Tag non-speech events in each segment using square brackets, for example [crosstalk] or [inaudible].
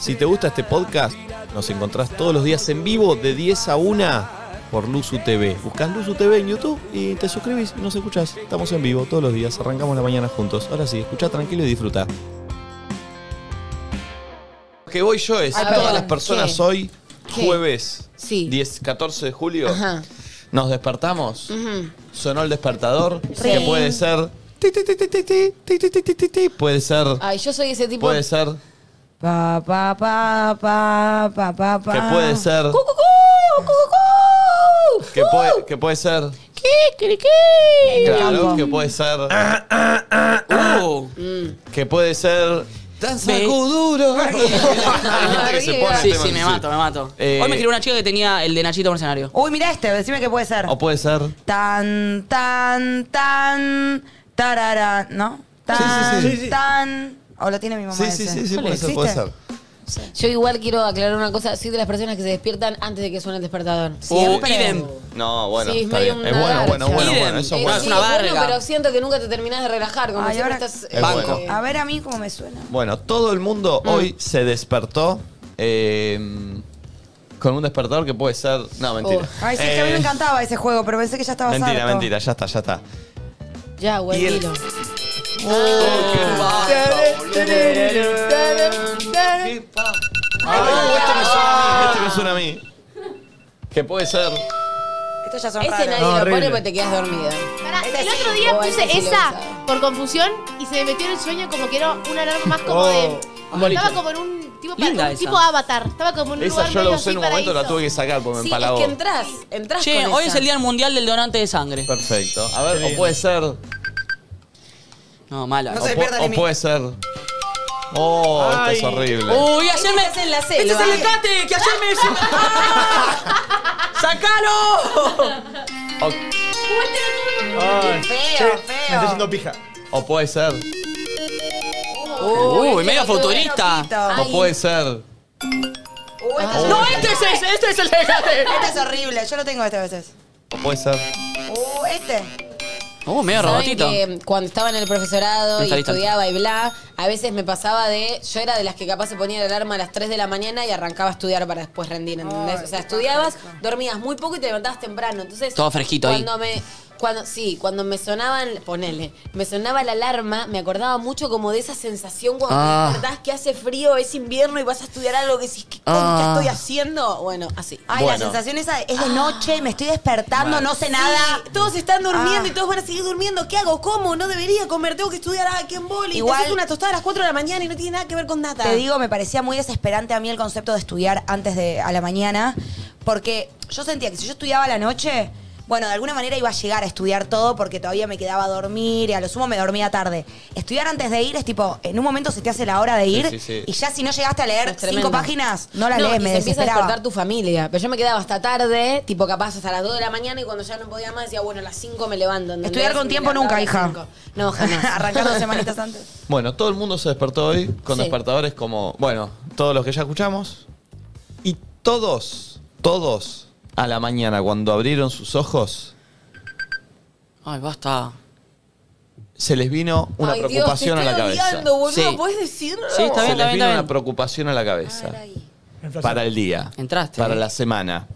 Si te gusta este podcast, nos encontrás todos los días en vivo de 10 a 1 por Luzu TV. Buscás Luzu TV en YouTube y te suscribís y nos escuchás. Estamos en vivo todos los días, arrancamos la mañana juntos. Ahora sí, escuchá tranquilo y disfruta. Lo que voy yo es, Ah, todas perdón, las personas ¿qué? hoy, ¿Qué? jueves Sí. 10, 14 de julio, Ajá. nos despertamos. Ujú. Sonó el despertador, Sí. que puede ser... ti, ti, ti, ti, ti, ti, ti, ti, ti, ti, ti, ti, Puede ser... Ay, yo soy ese tipo. Pues- Puede ser... Pa, pa, pa, pa, pa, pa, pa. Que puede ser... ¡Cu, cu, cu! ¡Cu, cu, cu! Que puede, que puede ser... ¿Qué? ¿Qué? ¿Qué? Claro, campo. que puede ser. ah, Uh, que puede ser. Tan [laughs] duro. que se pone este Arriba. tema Sí, sí, así. me mato, me mato. Eh, Hoy me escribió una chica que tenía el de Nachito Mercenario. Uy, mira este, decime qué puede ser. O puede ser. Tan, tan, tan, tarara, ¿no? Tan, Sí, sí, sí. tan. O lo tiene mi mamá. Sí, sí, ese. sí, sí, ¿Lo puede ser, existe? puede ser. Yo igual quiero aclarar una cosa. Soy de las personas que se despiertan antes de que suene el despertador. O Siempre. Uh, idem. No, Ah, bueno. Sí, es está medio bien. una Es bueno, garcha. bueno, bueno, Idem. bueno. Eso es Eh, bueno. sí. una bueno, verga. pero siento que nunca te terminás de relajar. Como Ay, siempre ahora- Ah, estás... eh, Es Banco. bueno. Eh, A ver a mí cómo me suena. Bueno, todo el mundo hoy se despertó. eh, con un despertador que puede ser. No, mentira. Oh. Ay, sí, es que a mí me Eh, encantaba ese juego, pero pensé que ya estaba Mentira, harto. mentira, ya está, ya está. Ya, güey, Y el- dilo. Ay, este me suena a mí, este me suena a mí. Que puede ser. Esto ya son Ese raros. nadie No, lo horrible. pone porque te quedas dormida. Pará, Esa el sí. otro día O puse esa sí la esa usaba. por confusión y se me metió en el sueño como que era una alarma más como Oh. de. Bonito. Estaba como en un tipo, para- Linda un esa. tipo avatar. Estaba como en un Esa lugar yo la medio usé en así un momento, la paraíso. tuve que sacar porque me Sí, empalagó. es que entrás. Entrás Che, con hoy esa. es el Día Mundial del Donante de Sangre. Perfecto. A ver, o lindo. puede ser. No, mala. No o, se pu- pierdan o en mí. puede ser. Oh, Ay. esto es horrible. Uy, ayer me... Estás en la ¡Este es selva. el descate! ¡Que ayer me... ¡Sacalo! O, Ay, Feo, me está feo. yendo pija. o puede ser. Uy, Bueno, medio futurista. Pito. Ay. O puede ser. Uy, esto ¡No, este es ese! ¡Este es [laughs] el descate! Este es horrible, yo lo tengo este a veces. O puede ser. Uh, este. Uh, medio Saben robotito. que cuando estaba en el profesorado No y está listo. estudiaba y bla, a veces me pasaba de. Yo era de las que capaz se ponía la alarma a las 3 de la mañana y arrancaba a estudiar para después rendir, ¿entendés? Ay, o sea, qué estudiabas, paja. dormías muy poco y te levantabas temprano. Entonces. Todo fresquito ahí. cuando Me, cuando, sí, cuando me sonaban, ponele, me sonaba la alarma, me acordaba mucho como de esa sensación cuando Ah. te acordás que hace frío, es invierno y vas a estudiar algo que decís, ¿qué concha Ah. estoy haciendo? Bueno, así. Ay, Bueno. la sensación esa de, es de noche, me estoy despertando, no sé nada. Sí, todos están durmiendo Ah. y todos van a seguir durmiendo. ¿Qué hago? ¿Cómo? No debería comer. Tengo que estudiar a en boli. Igual- Igual una tostada a las 4 de la mañana y no tiene nada que ver con nada. Te digo, me parecía muy desesperante a mí el concepto de estudiar antes de a la mañana, porque yo sentía que si yo estudiaba a la noche, bueno, de alguna manera iba a llegar a estudiar todo porque todavía me quedaba a dormir y a lo sumo me dormía tarde. Estudiar antes de ir es tipo, en un momento se te hace la hora de ir sí, sí. y ya si no llegaste a leer cinco páginas, no las lees, y me se empieza a desesperaba. [laughs] despertar tu familia. Pero yo me quedaba hasta tarde, tipo capaz hasta las 2 de la mañana y cuando ya no podía más decía, bueno, a las 5 me levanto. ¿entendés? Estudiar con Y tiempo me levantaba nunca, a las hija. cinco. No, [laughs] jamás. Arrancar dos semanitas antes. Bueno, todo el mundo se despertó hoy con Sí. despertadores como, bueno, todos los que ya escuchamos. Y todos, todos, a la mañana, cuando abrieron sus ojos, Ay, basta. se les vino una Ay, Dios, preocupación te a la estoy cabeza. odiando, boludo, Sí. ¿podés decirlo? Sí, está se bien, les está bien, vino está una bien. preocupación a la cabeza. Inflación. Para el día. Entraste, Para eh. la semana.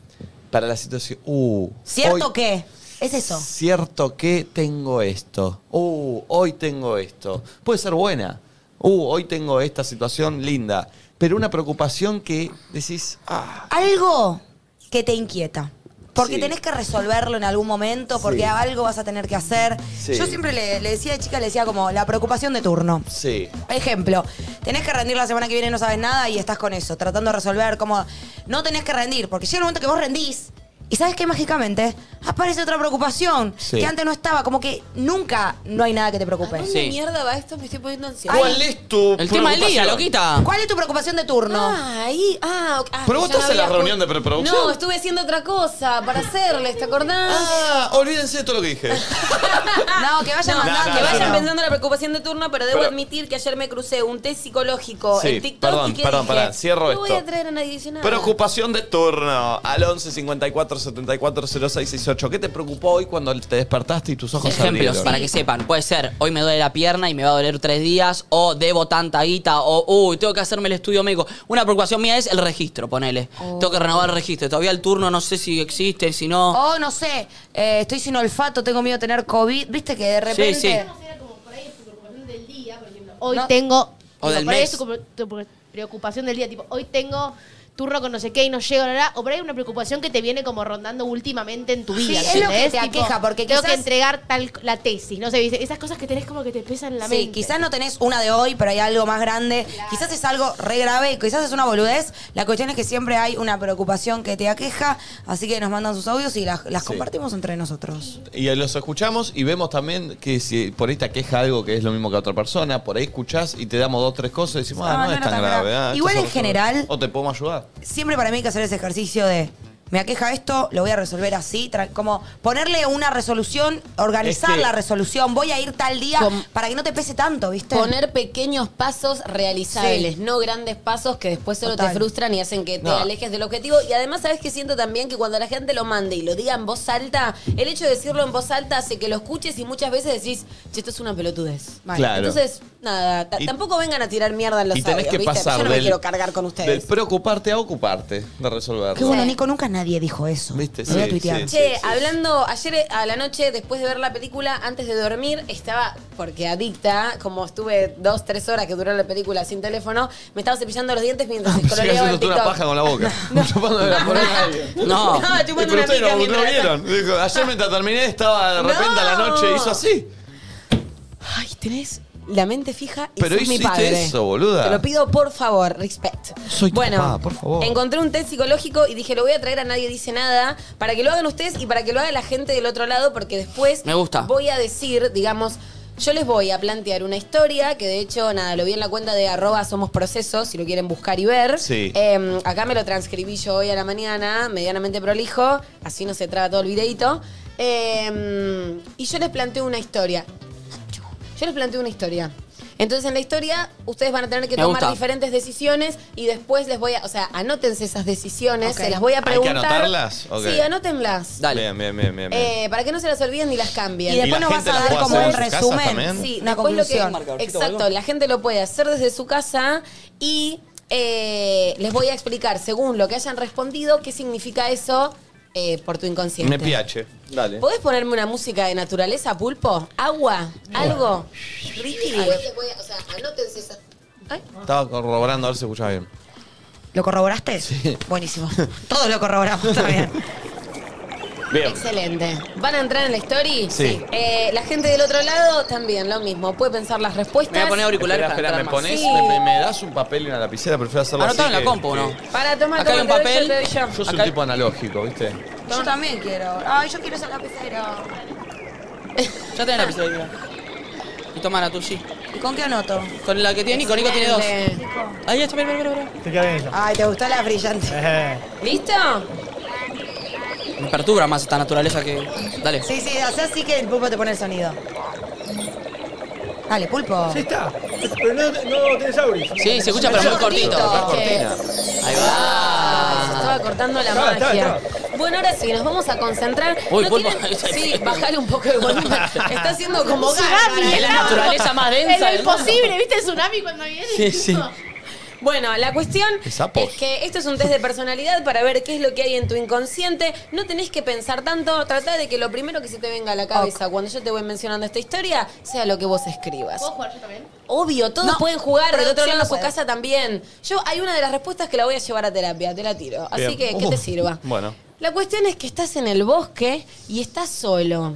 Para la situación. Uh. ¿Cierto hoy- que? Es eso. Cierto que tengo esto. Uh, hoy tengo esto. Puede ser buena. Uh, hoy tengo esta situación linda. Pero una preocupación que decís, ah, algo que te inquieta. Porque Sí. tenés que resolverlo en algún momento, porque Sí. algo vas a tener que hacer. Sí. Yo siempre le, le decía a chica, le decía como la preocupación de turno. sí. Ejemplo, tenés que rendir la semana que viene y no sabes nada y estás con eso, tratando de resolver cómo. No tenés que rendir, porque llega el momento que vos rendís. Y sabes que mágicamente aparece otra preocupación Sí. que antes no estaba, como que nunca no hay nada que te preocupe. ¿Dónde Sí. mierda va esto? Me estoy poniendo ansiosa. ¿Cuál es tu El tema del día, preocupación? loquita. ¿Cuál es tu preocupación de turno? Ah, ahí. Ah, ok. Ah, Pero vos que yo estás en no había la reunión ju- de preproducción. No, estuve haciendo otra cosa para hacerles, ¿te acordás? Ah, olvídense de todo lo que dije. No, que vayan Ah, No, mandando. que vayan no. pensando en la preocupación de turno, pero debo Pero- admitir que ayer me crucé un test psicológico Sí, en TikTok perdón, y que perdón, dije, pará, cierro no esto. voy a traer a nadie adicional. Preocupación de turno al 11 54 740668. ¿Qué te preocupó hoy cuando te despertaste y tus ojos se Ejemplos, abrieron? para que sepan. Puede ser, hoy me duele la pierna y me va a doler tres días, o debo tanta guita, o uy, tengo que hacerme el estudio médico. Una preocupación mía es el registro, ponele. Oh. Tengo que renovar el registro. Todavía el turno no sé si existe, si no. Oh, no sé, eh, estoy sin olfato, tengo miedo de tener COVID. Viste que de repente. sí. Era como por ahí su preocupación del día, por ejemplo. Hoy No. tengo. O del por ahí mes. su compro- tu pre- preocupación del día, tipo, hoy tengo turno con no sé qué y no llego, la, la, o por ahí una preocupación que te viene como rondando últimamente en tu vida. es lo que ¿entendés? te Tipo, aqueja, porque Tengo quizás- que entregar tal la tesis, no sé, dice, esas cosas que tenés como que te pesan en la Sí, mente. quizás no tenés una de hoy, pero hay algo más grande. Quizás es algo re grave, quizás es una boludez. La cuestión es que siempre hay una preocupación que te aqueja, así que nos mandan sus audios y las, las Sí. compartimos entre nosotros. Y los escuchamos y vemos también que si por ahí te queja algo que es lo mismo que otra persona, por ahí escuchás y te damos dos, tres cosas y decimos, ah, Ah, no, no es era tan, tan grave. grave. ah, esto Igual se en resuelve. general- O te podemos ayudar. Siempre para mí hay que hacer ese ejercicio de. Me aqueja esto, lo voy a resolver así, tra- como ponerle una resolución, organizar Es que- la resolución, voy a ir tal día Com- para que no te pese tanto, ¿viste? Poner pequeños pasos realizables, Sí. no grandes pasos que después solo Total. te frustran y hacen que te No. alejes del objetivo. Y además, ¿sabes que siento también? Que cuando la gente lo mande y lo diga en voz alta, el hecho de decirlo en voz alta hace que lo escuches y muchas veces decís, che, esto es una pelotudez. Mal. Claro. Entonces, nada, ta- Y- tampoco vengan a tirar mierda en los y tenés audios, que ¿viste? pasar Yo no me del- quiero cargar con Del ustedes. preocuparte a ocuparte de resolverlo. Qué bueno, Nico, nunca nadie dijo eso. Viste, Lo voy a sí, tuitear. sí. Che, hablando ayer a la noche, después de ver la película, antes de dormir, estaba, porque adicta, como estuve dos, tres horas que duró la película sin teléfono, me estaba cepillando los dientes mientras Llegas escroleaba Pues el haciendo una TikTok. paja con la boca. Chupándome [laughs] la por el aire. No. Estaba Y chupando pero una ustedes pica no, no mientras- vieron. Dijo, ayer mientras terminé estaba de repente a la No. noche hizo así. Ay, tenés la mente fija y Pero sos mi hiciste padre. eso, boluda. Te lo pido por favor, respect. Soy tu bueno, papá, por favor. Encontré un test psicológico y dije, lo voy a traer a nadie dice nada, para que lo hagan ustedes y para que lo haga la gente del otro lado, porque después Me gusta. voy a decir, digamos, yo les voy a plantear una historia, que de hecho, nada, lo vi en la cuenta de arroba somos procesos, si lo quieren buscar y ver. Sí. Eh, acá me lo transcribí yo hoy a la mañana, medianamente prolijo, así no se traba todo el videito. Eh, y yo les planteo una historia. Yo les planteo una historia. Entonces en la historia ustedes van a tener que Me tomar gusta. diferentes decisiones y después les voy a, o sea, anótense esas decisiones, Ok. se las voy a que preguntar. anotarlas? Ok. Sí, anótenlas. Dale. Bien, bien, bien, bien. bien. Eh, para que no se las olviden ni las cambien. Y después la nos vas gente a lo dar puede como un hacer en sus casas resumen. también. Sí, una Después lo que- conclusión. Marcadorcito, exacto, algo. la gente lo puede hacer desde su casa y eh, les voy a explicar, según lo que hayan respondido, qué significa eso eh, por tu inconsciente. Me piache. Dale. ¿Podés ponerme una música de naturaleza, pulpo? ¿Agua? ¿Algo? ¿Ricky? O sea, anótense esa. Estaba corroborando a ver si escuchaba bien. ¿Lo corroboraste? Sí. Buenísimo. [laughs] Todos lo corroboramos también. Bien. Excelente. ¿Van a entrar en la story? Sí. Eh, la gente del otro lado también lo mismo. Puede pensar las respuestas. Me voy a poner auriculares Espera, espera, para me pones, entrar más. Sí. me, me- me das un papel y una lapicera, prefiero hacerlo Anotado en así la que- compu, ¿no? que- Para, tomar Acá hay un papel. Yo soy Acá- un tipo analógico, ¿viste? Yo también quiero. Ay, yo quiero ser lapicera. Ya tenés la pizarra. mira. Y toma la tú, sí. ¿Y con qué anoto? Con la que tiene Nico, Nico tiene dos. Ahí está, mira, mira, mira. Te queda bien esa. Ay, ¿te gustó la brillante? Ejé. ¿Listo? Me perturba más esta naturaleza que. Dale. Sí, sí, hace así que el pulpo te pone el sonido. Dale, pulpo. Sí está. Pero no, no tenés auris. Sí, se escucha, pero muy cortito. Acá cortina. Ahí va. Ay, se estaba cortando la Está, está, magia. Bueno, ahora sí, nos vamos a concentrar. Uy, ¿No pulpo. [laughs] tienen- Sí, bajale un poco de volumen. Está haciendo como ¿eh? Tsunami, gárgara. Es la naturaleza más Es densa lo del mundo. imposible, ¿viste el tsunami cuando viene? Sí, sí. Bueno, la cuestión Qué es sapos. que esto es un test de personalidad para ver qué es lo que hay en tu inconsciente. No tenés que pensar tanto, tratá de que lo primero que se te venga a la cabeza cuando yo te voy mencionando esta historia sea lo que vos escribas. ¿Puedo jugar yo también? Obvio, todos No, pueden jugar, del otro lado producción no su puede. casa también. Yo hay una de las respuestas que la voy a llevar a terapia, te la tiro. Así Bien. que que te Uh, sirva. bueno. La cuestión es que estás en el bosque y estás solo.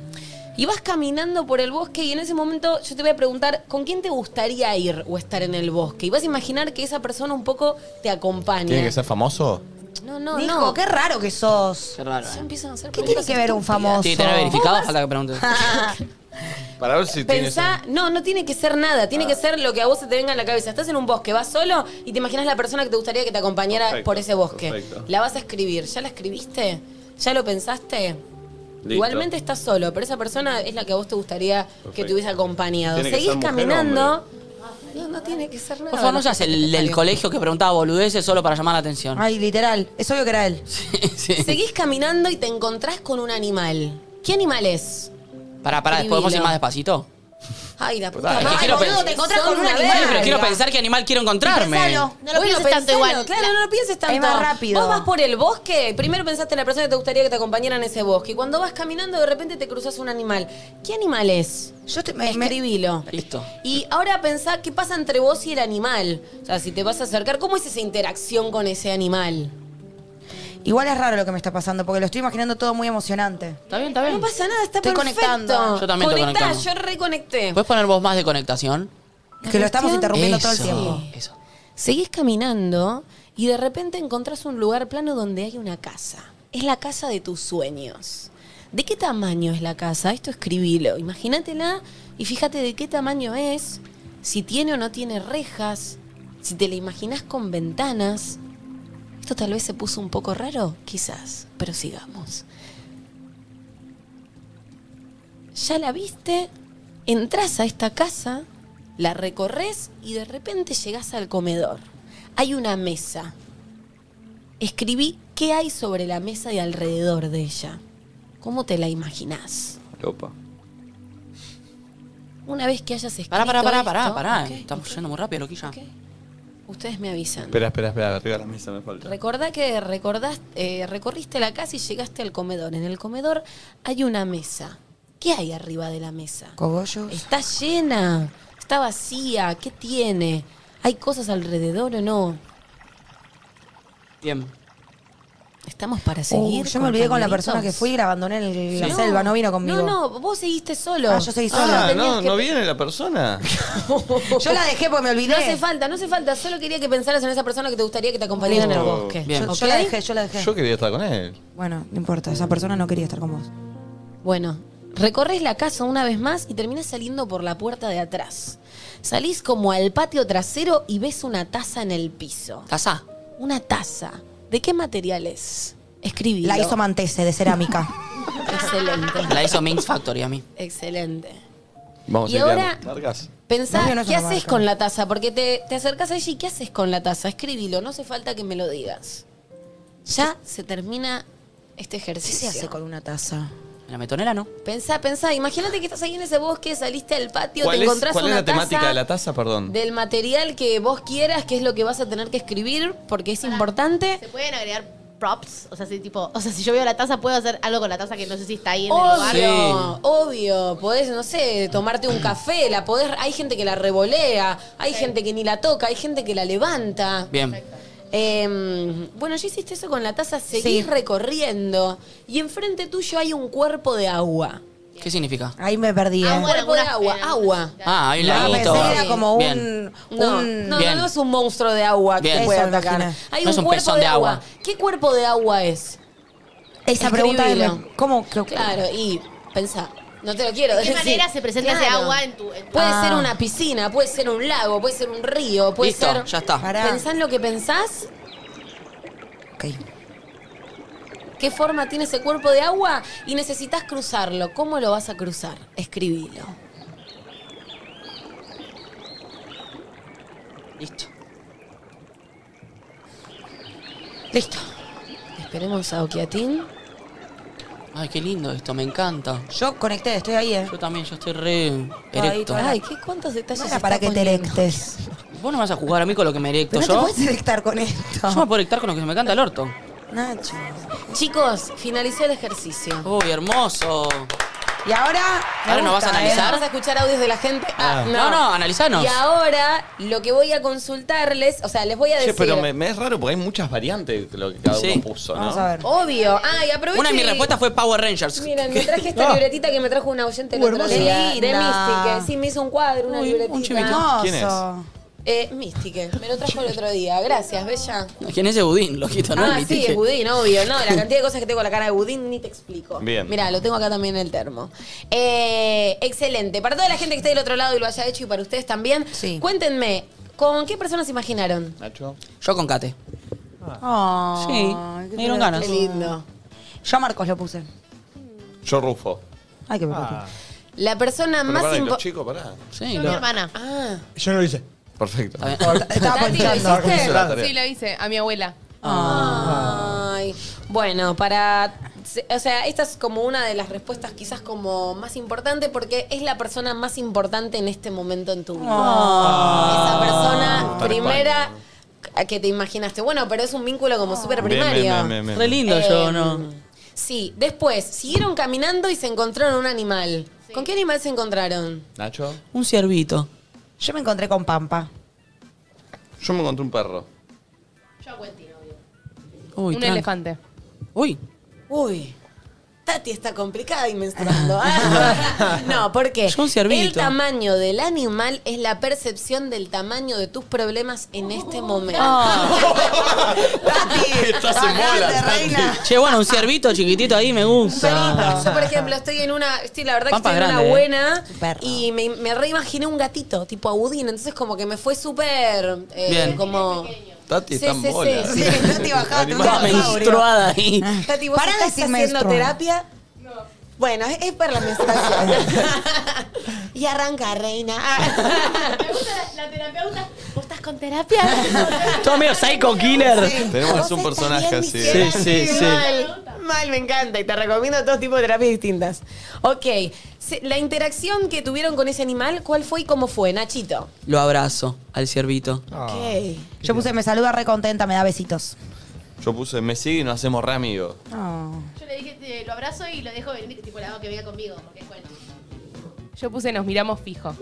Y vas caminando por el bosque y en ese momento yo te voy a preguntar con quién te gustaría ir o estar en el bosque. Y vas a imaginar que esa persona un poco te acompaña. ¿Tiene que ser famoso? No, no, Nico, no. qué raro que sos. Qué raro. Ya eh. empiezan a hacer ¿Qué tiene preguntas que ver un estúpidas. famoso? Sí, tenés verificado, falta que pregunte. Para ver si tienes. Pensá, no, no tiene que ser nada, tiene Ah. que ser lo que a vos se te venga en la cabeza. Estás en un bosque, vas solo y te imaginas la persona que te gustaría que te acompañara Perfecto, por ese bosque. perfecto. La vas a escribir, ¿ya la escribiste? ¿Ya lo pensaste? Igualmente estás solo, pero esa persona es la que a vos te gustaría que Perfecto. te hubiese acompañado. ¿Tiene que Seguís ser mujer o caminando. No, no tiene que ser nada. Por favor, no seas el del Secretario. colegio que preguntaba boludeces solo para llamar la atención. Ay, literal. Es obvio que era él. Sí, [laughs] sí. Seguís caminando y te encontrás con un animal. ¿Qué animal es? Pará, pará, ¿podemos ir más despacito? Ay, la puta Es que madre, quiero boludo, pensar- te encontrás con un Sí, animal. Sí, pero quiero Venga. pensar qué animal quiero encontrarme. Pensalo. No lo Bueno, pienses tanto pensalo, igual. Claro, no lo pienses tanto. más rápido. Vos vas por el bosque, primero pensaste en la persona que te gustaría que te acompañara en ese bosque. Y cuando vas caminando, de repente te cruzas un animal. ¿Qué animal es? Yo te- me- me- Escribilo. Listo. Y ahora pensá qué pasa entre vos y el animal. O sea, si te vas a acercar, ¿cómo es esa interacción con ese animal? Igual es raro lo que me está pasando, porque lo estoy imaginando todo muy emocionante. Está bien, está bien. No pasa nada, está Estoy perfecto. conectando. Yo también estoy Conectá, conectando. yo reconecté. ¿Puedes poner vos más de conectación? Que lo estamos cuestión- interrumpiendo eso, todo el tiempo. Eso. Seguís caminando y de repente encontrás un lugar plano donde hay una casa. Es la casa de tus sueños. ¿De qué tamaño es la casa? Esto escribilo. Imagínatela y fíjate de qué tamaño es, si tiene o no tiene rejas, si te la imaginás con ventanas. Esto tal vez se puso un poco raro, quizás, pero sigamos. Ya la viste, entras a esta casa, la recorres y de repente llegás al comedor. Hay una mesa. Escribí qué hay sobre la mesa y alrededor de ella. ¿Cómo te la imaginás? Opa. Una vez que hayas escrito Pará, pará, pará, pará, esto- pará. Ok, Estamos ok, yendo muy rápido, loquilla. ok. Ustedes me avisan. Espera, espera, espera, arriba de la mesa me falta. Recordá que recordás, eh, recorriste la casa y llegaste al comedor. En el comedor hay una mesa. ¿Qué hay arriba de la mesa? Cogollos. Está llena, está vacía, ¿qué tiene? ¿Hay cosas alrededor o no? Bien. Estamos para Uh, seguir. yo me olvidé con la persona que compañeritos? fui y la abandoné en el- la No, selva, no vino conmigo. No, no, vos seguiste solo. Ah, yo seguí solo. Solo Ah, tenías no, que- ¿no viene la persona? Yo la dejé porque me olvidé. No hace falta, no hace falta. Solo quería que pensaras en esa persona que te gustaría que te acompañara en el Oh, bosque. bien. Yo, ¿ok? yo la dejé, yo la dejé. Yo quería estar con él. Bueno, no importa, esa persona no quería estar con vos. Bueno, recorres la casa una vez más y terminás saliendo por la puerta de atrás. Salís como al patio trasero y ves una taza en el piso. Tazá. Una taza. ¿De qué material es? Escribí. La hizo Mantese de cerámica. Excelente. La hizo Minx Factory a mí. Excelente. Vamos Y a ir ahora- tirando. Largas. Pensá, No, que no es ¿qué una haces marca. con la taza? Porque te, te acercás a ella y ¿qué haces con la taza? Escribilo, no hace falta que me lo digas. Ya se termina este ¿Qué ejercicio. se hace con una taza? En la metonera no. Pensá, pensá, imagínate que estás ahí en ese bosque, saliste al patio, ¿Cuál te es, encontrás cuál es una la temática taza de la taza? Perdón. del material que vos quieras, que es lo que vas a tener que escribir, porque es importante. ¿Se pueden agregar props? O sea, si, tipo, o sea, si yo veo la taza, puedo hacer algo con la taza que no sé si está ahí en Oh, el lugar. Obvio, Sí. obvio, podés, no sé, tomarte un café, la podés, hay gente que la revolea, hay gente que ni la toca, hay gente que la levanta. Bien. Eh, bueno, ya hiciste eso con la taza, seguís Sí. recorriendo y enfrente tuyo hay un cuerpo de agua. ¿Qué significa? Ahí me perdí. ¿eh? Ah, bueno, Cuerpo de algunas- agua, eh, agua. Ah, hay un Ah, pensé laguito. que era como un. Bien. No, un- no, Bien. no es un monstruo de agua que Bien. te puede Eso me atacar. imaginé. Hay No es un un cuerpo pezón de de agua. agua. ¿Qué cuerpo de agua es? Esa pregunta es. Escribilo. ¿Cómo? que- Claro, y pensá, no te lo quiero ¿De qué decir. manera se presenta ese Claro. agua en tu, en tu- Puede Ah. ser una piscina, puede ser un lago, puede ser un río, puede Listo, ser. ya está. Pará. Pensá en lo que pensás, Ok. qué forma tiene ese cuerpo de agua y necesitas cruzarlo. ¿Cómo lo vas a cruzar? Escribilo. Listo. Listo. Esperemos a Okiatín. Ay, qué lindo esto, me encanta. Yo conecté, estoy ahí, ¿eh? Yo también, yo estoy re erecto. Pará. Ay, qué cuántos detalles. No era para está que te poniendo. erectes. Vos no me vas a jugar a mí con lo que me erecto Pero no te yo. puedes erectar con Yo me esto. puedo erectar con lo que me canta el orto. Nacho. Chicos, finalicé el ejercicio. Uy, hermoso. Y ahora. me Ahora nos vas gusta, a ¿eh? analizar. Vamos a escuchar audios de la gente. Ah, Ah. no. No, no, analizanos. Y ahora lo que voy a consultarles, o sea, les voy a Che, decir. pero me, me es raro porque hay muchas variantes de lo que cada Sí. uno puso, ¿no? Vamos a ver. Obvio. Ay, aprovecho. Una de mis y- respuestas fue Power Rangers. Miren, me traje [laughs] esta No. libretita que me trajo una oyente el Uh, otro hermosa. día. De Linda. Mystique. Sí, me hizo un cuadro, una Uy, un libretita. chivito. Hermoso. ¿Quién es? eh, Mystique. Me lo trajo el otro día. Gracias, bella. ¿Quién es ese budín, loquito? No ah, Mi sí, tique. es budín, obvio. No, la cantidad de cosas que tengo con la cara de budín ni te explico. Bien. Mira, lo tengo acá también en el termo. Eh, excelente. Para toda la gente que esté del otro lado y lo haya hecho y para ustedes también, Sí. cuéntenme, ¿con qué personas se imaginaron? Nacho. Yo con Kate. Oh, Sí, qué me dieron ganas. Qué lindo. Yo a Marcos lo puse. Yo Rufo. Ay, qué me Ah. La persona Pero más pará, y los importante. chicos, pará. Sí, Yo, lo- mi hermana. Ah, Yo no lo hice. Perfecto. Está bien. Ah, Estaba Tati, ¿lo ponchando. hiciste? Hizo la tarea. Sí, lo hice. A mi abuela. Ah. Ay. Bueno, para. O sea, esta es como una de las respuestas quizás como más importante porque es la persona más importante en este momento en tu vida. Ah. Esa persona Tal primera a que te imaginaste. Bueno, pero es un vínculo como súper Bien, bien, primario. bien, bien, Re bien. Ah. lindo yo, Eh, ¿no? Sí, después siguieron caminando y se encontraron un animal. ¿Con qué animal se encontraron? Nacho. Un ciervito. Yo me encontré con Pampa. Yo me encontré un perro. Uy, un tranca. elefante. Uy. Uy, Tati está complicada y menstruando. [laughs] Ah. no, ¿por qué? Yo un ciervito. El tamaño del animal es la percepción del tamaño de tus problemas en este momento. Ah. Ah. Tati, [laughs] Estás en bajate, bola, Tati. reina. Che, bueno, un ciervito chiquitito ahí me gusta. Yo, por ejemplo, estoy en una. Estoy, la verdad, que Pampa estoy en grande, una ¿eh? buena. Un perro. Y me, me reimaginé un gatito, tipo Agudín. Entonces, como que me fue súper. eh, Bien. Como. Tati Sí, está en sí, bola. sí. Sí, Tati, bajate. un Animal. Toda dinosaurio. menstruada ahí. Tati, ¿vos Para de estás decir haciendo menstruada. terapia? Bueno, es, es para la menstruación. [laughs] y arranca, [laughs] reina. Ah. [laughs] Me gusta la, la terapeuta. ¿Vos estás con [laughs] terapia? Todo medio psycho killer. Tenemos Vos un estás personaje bien, así. ¿eh? Michelle, Sí, así, sí, sí. Mal, mal, me encanta. Y te recomiendo todo tipo de terapias distintas. Ok. se- La interacción que tuvieron con ese animal, ¿cuál fue y cómo fue, Nachito? Lo abrazo al ciervito. Ah. Ah. Ok. Yo puse, me saluda re contenta, me da besitos. Yo puse, me sigue y nos hacemos re amigos. Oh. Yo le dije, eh, lo abrazo y lo dejo venir, tipo, le hago que venga conmigo, porque es bueno. Yo puse nos miramos fijo.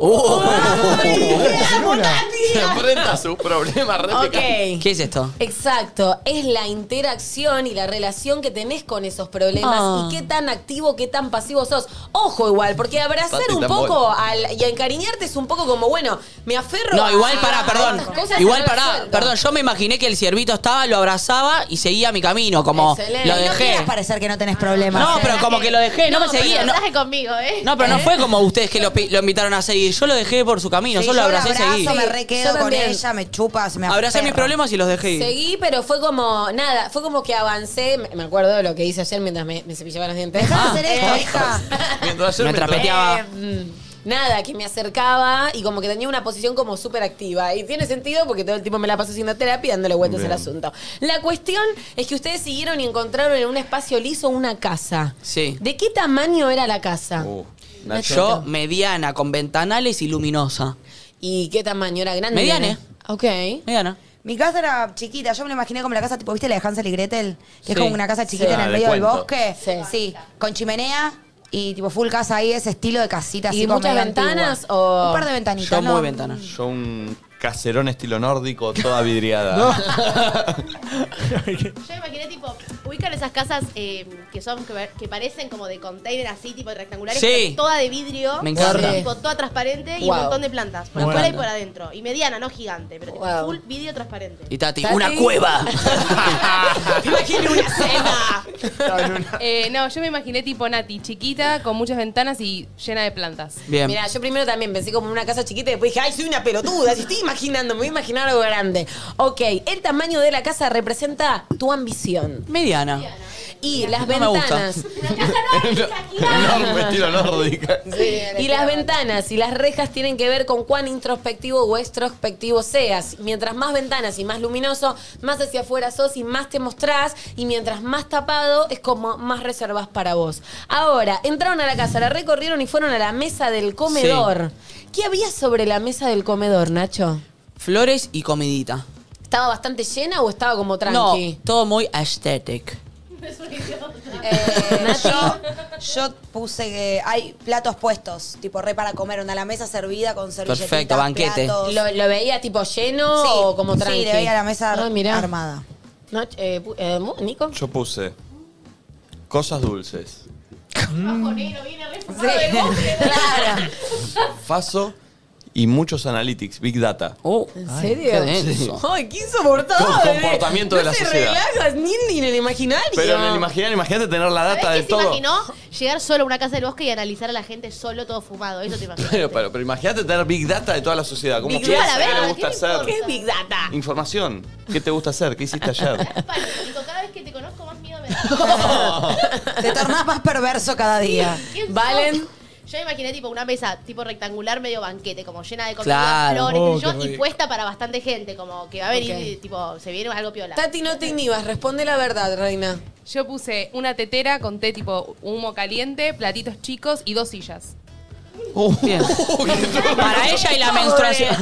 Se enfrenta a sus problemas re Ok. picantes. ¿Qué es esto? Exacto, es la interacción y la relación que tenés con esos problemas Ah. y qué tan activo, qué tan pasivo sos. Ojo igual, porque abrazar Tati un tambor. poco al, y encariñarte es un poco como, bueno, me aferro No, a- igual pará, a perdón. estas cosas y Igual no las pará, suelto. perdón. Yo me imaginé que el ciervito estaba, lo abrazaba y seguía mi camino, como Excelente. lo Y no No quieras dejé. parecer que no tenés problemas. No, pero como que lo dejé, no, me seguía. Pero No, traje conmigo, ¿eh? no, pero no fue como ustedes que lo, pi- lo invitaron a seguir. Yo lo dejé por su camino, Sí, solo lo yo la abracé y seguí. abrazo, me Yo requedo con también. ella, me chupa, se me Abracé mis aferro. problemas y los dejé ir. Seguí, pero fue como, nada, fue como que avancé. Me me acuerdo de lo que hice ayer mientras me, me cepillaba los dientes. Dejá de hacer Ah, Eh, esto, hija. Mientras ayer Me mientras- trapeteaba. Mm, Nada, que me acercaba y como que tenía una posición como súper activa. Y tiene sentido porque todo el tiempo me la paso haciendo terapia y dándole vueltas Bien. al asunto. La cuestión es que ustedes siguieron y encontraron en un espacio liso una casa. Sí. ¿De qué tamaño era la casa? Uh, Nacho. Yo, mediana, con ventanales y luminosa. ¿Y qué tamaño era grande? Mediana. ¿Era? Ok. Mediana. Mi casa era chiquita, yo me lo imaginé como la casa tipo, ¿viste la de Hansel y Gretel? Que Sí. es como una casa chiquita Sí. en Ah, el de medio del cuento. bosque. Sí. Sí. con chimenea y tipo full casa ahí, ese estilo de casita así ¿Y como muchas medio antigua. ventanas o- Un par de ventanitas, Yo ¿no? muy ventana. Yo un caserón estilo nórdico, toda [laughs] vidriada. Yo me imaginé, tipo, ubican esas casas eh, que son que, que parecen como de container así, tipo rectangulares, Sí. pero toda de vidrio. Me encanta. Tipo, toda transparente y Wow. un montón de plantas. Me Por afuera y encanta. por adentro. Y mediana, no gigante, pero tipo, Wow. full vidrio transparente. Y Tati, Tati. una [laughs] cueva. Te imagino una cena. [laughs] Eh, no, yo me imaginé tipo Nati, chiquita, con muchas ventanas y llena de plantas. Bien. Mira, yo primero también pensé como en una casa chiquita y después dije, ay, soy una pelotuda, si estoy imaginando, me voy a imaginar algo grande. Ok, el tamaño de la casa representa tu ambición. Mediana. Y las No me gusta. [laughs] ventanas. Enorme estilo [laughs] nórdica. Y las ventanas y las rejas tienen que ver con cuán introspectivo o extrospectivo seas. Mientras más ventanas y más luminoso, más hacia afuera sos y más te mostrás. Y mientras más tapado, es como más reservas para vos. Ahora, entraron a la casa, la recorrieron y fueron a la mesa del comedor. ¿Qué había sobre la mesa del comedor, Nacho? Flores y comidita. ¿Estaba bastante llena o estaba como tranqui? No, todo muy aesthetic. [laughs] Eh, Nacho. Yo puse que hay platos puestos, tipo re para comer, una la mesa servida con servilletitas, Perfecto, banquete. platos. ¿Lo, lo veía tipo lleno Sí, o como tranqui? Sí, le veía la mesa Ay, mirá. armada. No, eh, pu- eh, mu- Nico. Yo puse cosas dulces. Mm. [laughs] Claro. Faso y muchos analytics, big data. Oh, ¿En ay, serio? qué denso. Ay, qué insoportable. Con comportamiento de No la se sociedad. relajas ni, ni en el imaginario. Pero en el imaginario, imagínate tener la ¿Sabés data de qué se todo. imaginó? Llegar solo a una casa del bosque y analizar a la gente solo, todo fumado. Eso [laughs] te imaginas. Pero, pero, pero imagínate tener big data de toda la sociedad. ¿Cómo Big piensa? data, ¿Qué ¿verdad? le gusta ¿Qué hacer? ¿Qué es Big Data? Información. ¿Qué te gusta hacer? ¿Qué hiciste [laughs] ayer? Palo, Nico, cada vez que te conozco más miedo me da. Te tornás más perverso cada día. [laughs] ¿Quién sos? Valen. Yo me imaginé tipo una mesa tipo rectangular, medio banquete, como llena de comida, Claro. flores, Oh, qué sé yo, qué y rico. puesta para bastante gente, como que va a venir, Ok. y, tipo, se viene algo piola. Tati, no te inhibas, responde la verdad, reina. Yo puse una tetera con té tipo humo caliente, platitos chicos y dos sillas. Bien. Para ella [laughs] y la eh. menstruación.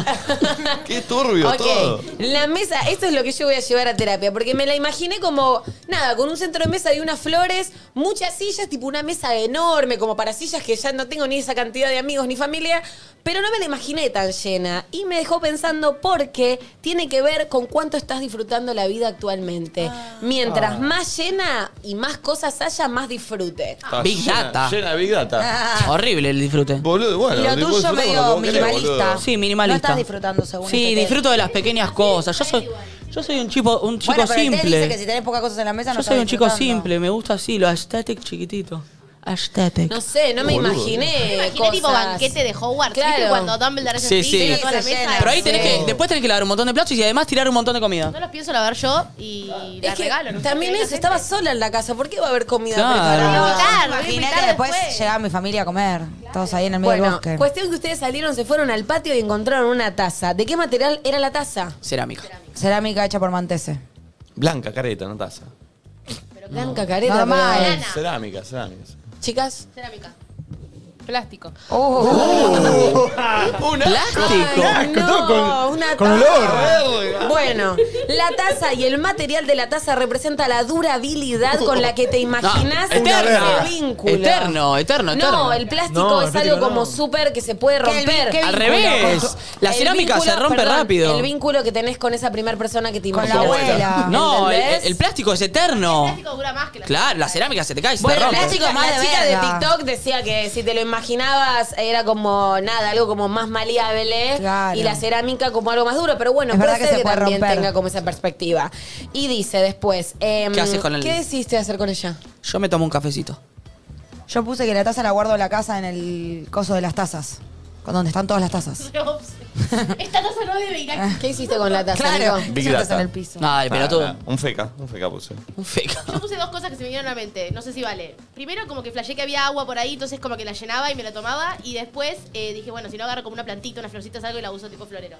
Qué turbio todo. la mesa, esto es lo que yo voy a llevar a terapia, porque me la imaginé como, nada, con un centro de mesa y unas flores, muchas sillas, tipo una mesa enorme, como para sillas que ya no tengo ni esa cantidad de amigos ni familia, pero no me la imaginé tan llena. Y me dejó pensando porque tiene que ver con cuánto estás disfrutando la vida actualmente. Ah. Mientras Ah. más llena y más cosas haya, más disfrute. Está Big llena- data. Ah. Llena de Big Data. Horrible el disfrute. Boludo, bueno. Y lo le puedes tuyo disfrutar medio cuando vos querés, minimalista. [laughs] boludo. Sí, minimalista. No estás disfrutando, según Sí, este test. disfruto de las pequeñas cosas. Yo soy, yo soy un chico, un chico bueno, pero el test dice que si simple. tenés pocas cosas en la mesa no Yo soy estás un chico disfrutando. simple, me gusta así, lo aesthetic chiquitito. Aesthetic. No sé, no me Boludo. imaginé. Me imaginé cosas. tipo banquete de Hogwarts, ¿viste? Claro. cuando Dumbledore hace Sí, así, sí. llena toda la Se mesa. llena. Pero ahí tenés Sí. que, después tenés que lavar un montón de platos y además tirar un montón de comida. No los pienso lavar yo y la Es que regalo. no sé también qué, la eso, estaba gente. sola en la casa. ¿Por qué va a haber comida Claro. preparada? Invitar, voy a Imaginé invitar que después, después. llegaba mi familia a comer, todos ahí en el medio del Bueno, pues- bosque. cuestión que ustedes salieron, se fueron al patio y encontraron una taza. ¿De qué material era la taza? Cerámica. Cerámica hecha por Mantese. Blanca, careta, no taza. Blanca careta. Normal. pero- Banana. Cerámica, cerámicas. Eh, Chicas. Cerámica. Plástico. Oh. Plástico. Ay, Asco, todo con- una con taza. olor. Bueno, la taza y el material de la taza representa la durabilidad con la que te imaginas No, eterna. el vínculo. Eterno, eterno, eterno. No, el plástico No, el es plástico algo como no. súper que se puede ¿Qué el vin- romper. qué Al vínculo? revés. La El cerámica vínculo- se rompe perdón, rápido. El vínculo que tenés con esa primera persona que te Con la imaginaste. abuela. No, el, ¿Entendés? el plástico es eterno. El plástico dura más que la Claro, la cerámica se te cae y se te Bueno, rompe. la chica, Más la de chica de verga. TikTok decía que si te lo imaginabas era como nada, algo como más maleable Claro. y la cerámica como algo más duro, pero bueno, Es puede verdad que ser que, se puede también romper. tenga como esa perspectiva. Y dice después, em, ¿Qué haces con el- ¿Qué decidiste hacer con ella? Yo me tomo un cafecito. Yo puse que la taza la guardo en la casa en el coso de las tazas, con donde están todas las tazas. [laughs] Esta cosa no debe ir [laughs] aquí. ¿Qué hiciste con la taza? Nico? Big esas data. tazas en el piso. Ay, pero tú. Ah, ah, un feca, un feca puse. Un feca. Yo puse dos cosas que se me vinieron a la mente, no sé si vale. Primero, como que flashé que había agua por ahí, entonces como que la llenaba y me la tomaba. Y después eh, dije, bueno, si no agarro como una plantita, unas florcitas, algo y la uso tipo florero.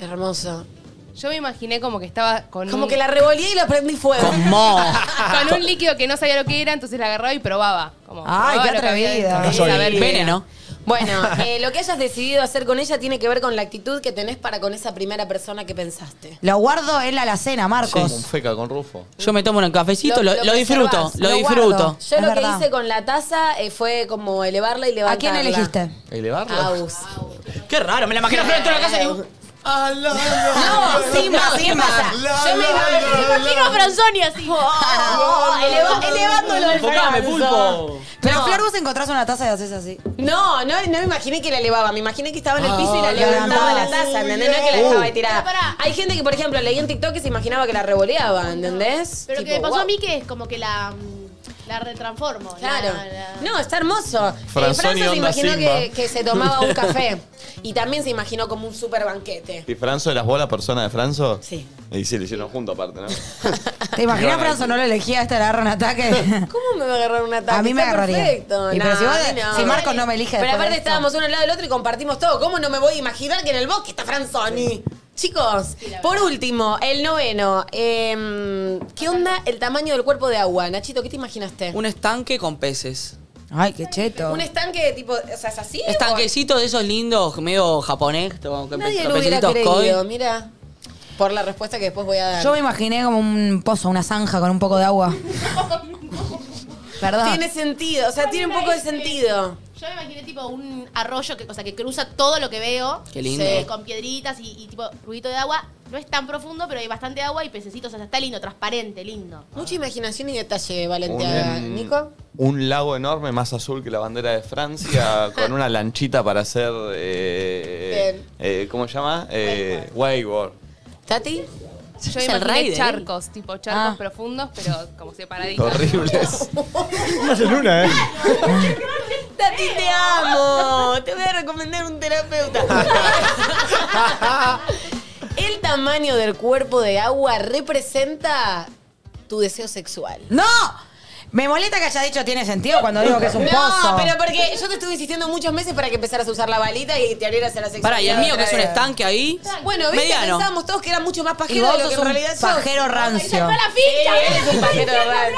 Hermoso. Yo me imaginé como que estaba con Como un, que la revolví y la prendí fuego. [laughs] Como. con un líquido que no sabía lo que era, entonces la agarraba y probaba. Como, Ay, qué probaba lo que había atrevida. dentro, sin saber qué era. Veneno. Bueno, eh, lo que hayas decidido hacer con ella tiene que ver con la actitud que tenés para con esa primera persona que pensaste. Lo guardo en la alacena, Marcos. Un feca con Rufo. Yo me tomo un cafecito, lo, lo disfruto, preservás, lo, guardo. disfruto. Yo Es lo que verdad. hice con la taza eh, fue como elevarla y ¿A levantarla. quién elegiste? ¿Elevarlo? Aus. Qué raro, me la imagino dentro de la casa y digo, No, Simba, ¿qué pasa? Yo me imagino a Franzoni así. elevándolo al enfocame, Franzo. pulpo. Pero No. Flor, vos encontrás una taza y haces así. No, no, no me imaginé que la elevaba. Me imaginé que estaba en el Ah, piso y la levantaba la taza, ¿entendés? No es que la dejaba ahí tirada. Pero pará. Hay gente que, por ejemplo, leí en TikTok que se imaginaba que la revoleaba, ¿entendés? [laughs] Pero Tipo, que me pasó wow. a mí que es como que la, mm, la retransformo. Claro. la- la- No, está hermoso. Eh, Franzoni Franzo se onda imaginó que, Simba. que se tomaba [laughs] un café. Y también se imaginó como un super banquete. ¿Y Franzo de las bolas, persona de Franzo? [laughs] Sí. Y sí, le hicieron junto aparte, ¿no? ¿Te imaginas, Pero- Franzo, no lo elegía esta le agarra un ataque? [laughs] ¿Cómo me va a agarrar un ataque? A mí me Está agarraría. Perfecto. Y pero si vos- a mí si Marcos no me elige Pero después aparte de esto. estábamos uno al lado del otro y compartimos todo. ¿Cómo no me voy a imaginar que en el bosque está Franzoni? Chicos, por último, el noveno. Em, ¿Qué onda el tamaño del cuerpo de agua? Nachito, ¿qué te imaginaste? Un estanque con peces. Ay, qué cheto. Un estanque tipo, o sea, ¿es así? Estanquecito de esos lindos, medio japonés, con o- con Nadie pececitos lo hubiera koi. creído, mira. Por la respuesta que después voy a dar. Yo me imaginé como un pozo, una zanja con un poco de [laughs] agua. ¿Verdad? Tiene sentido, o sea, tiene un poco de sentido. Yo me imaginé tipo un arroyo, que, o sea, que cruza todo lo que veo. Qué lindo. eh, con piedritas y, y tipo ruidito de agua. No es tan profundo, pero hay bastante agua y pececitos. O sea, está lindo, transparente, lindo. Mucha imaginación y detalle, Un, Valentia. em, Nico. un lago enorme, más azul que la bandera de Francia, con una lanchita para hacer. Eh, Bien. eh, ¿Cómo se llama? Eh, wakeboard. Tati. Yo Es el imaginé raider. charcos, tipo Ah. charcos profundos, pero como separaditos. Horribles. Más en una, ¿eh? Tati, te amo. Te voy a recomendar un terapeuta. [laughs] El tamaño del cuerpo de agua representa tu deseo sexual. ¡No! Me molesta que haya dicho tiene sentido cuando digo que es un no, pozo. pero porque yo te estuve insistiendo muchos meses para que empezaras a usar la balita y te abrieras a la sección. Pará, y el mío que es un estanque ahí. Bueno, viste, Mediano. pensábamos todos que era mucho más Y pajero vos de lo que sos en un realidad sos. pajero rancio. la ficha! [laughs] Sí, eres un pajero ¡Diciendo rancio.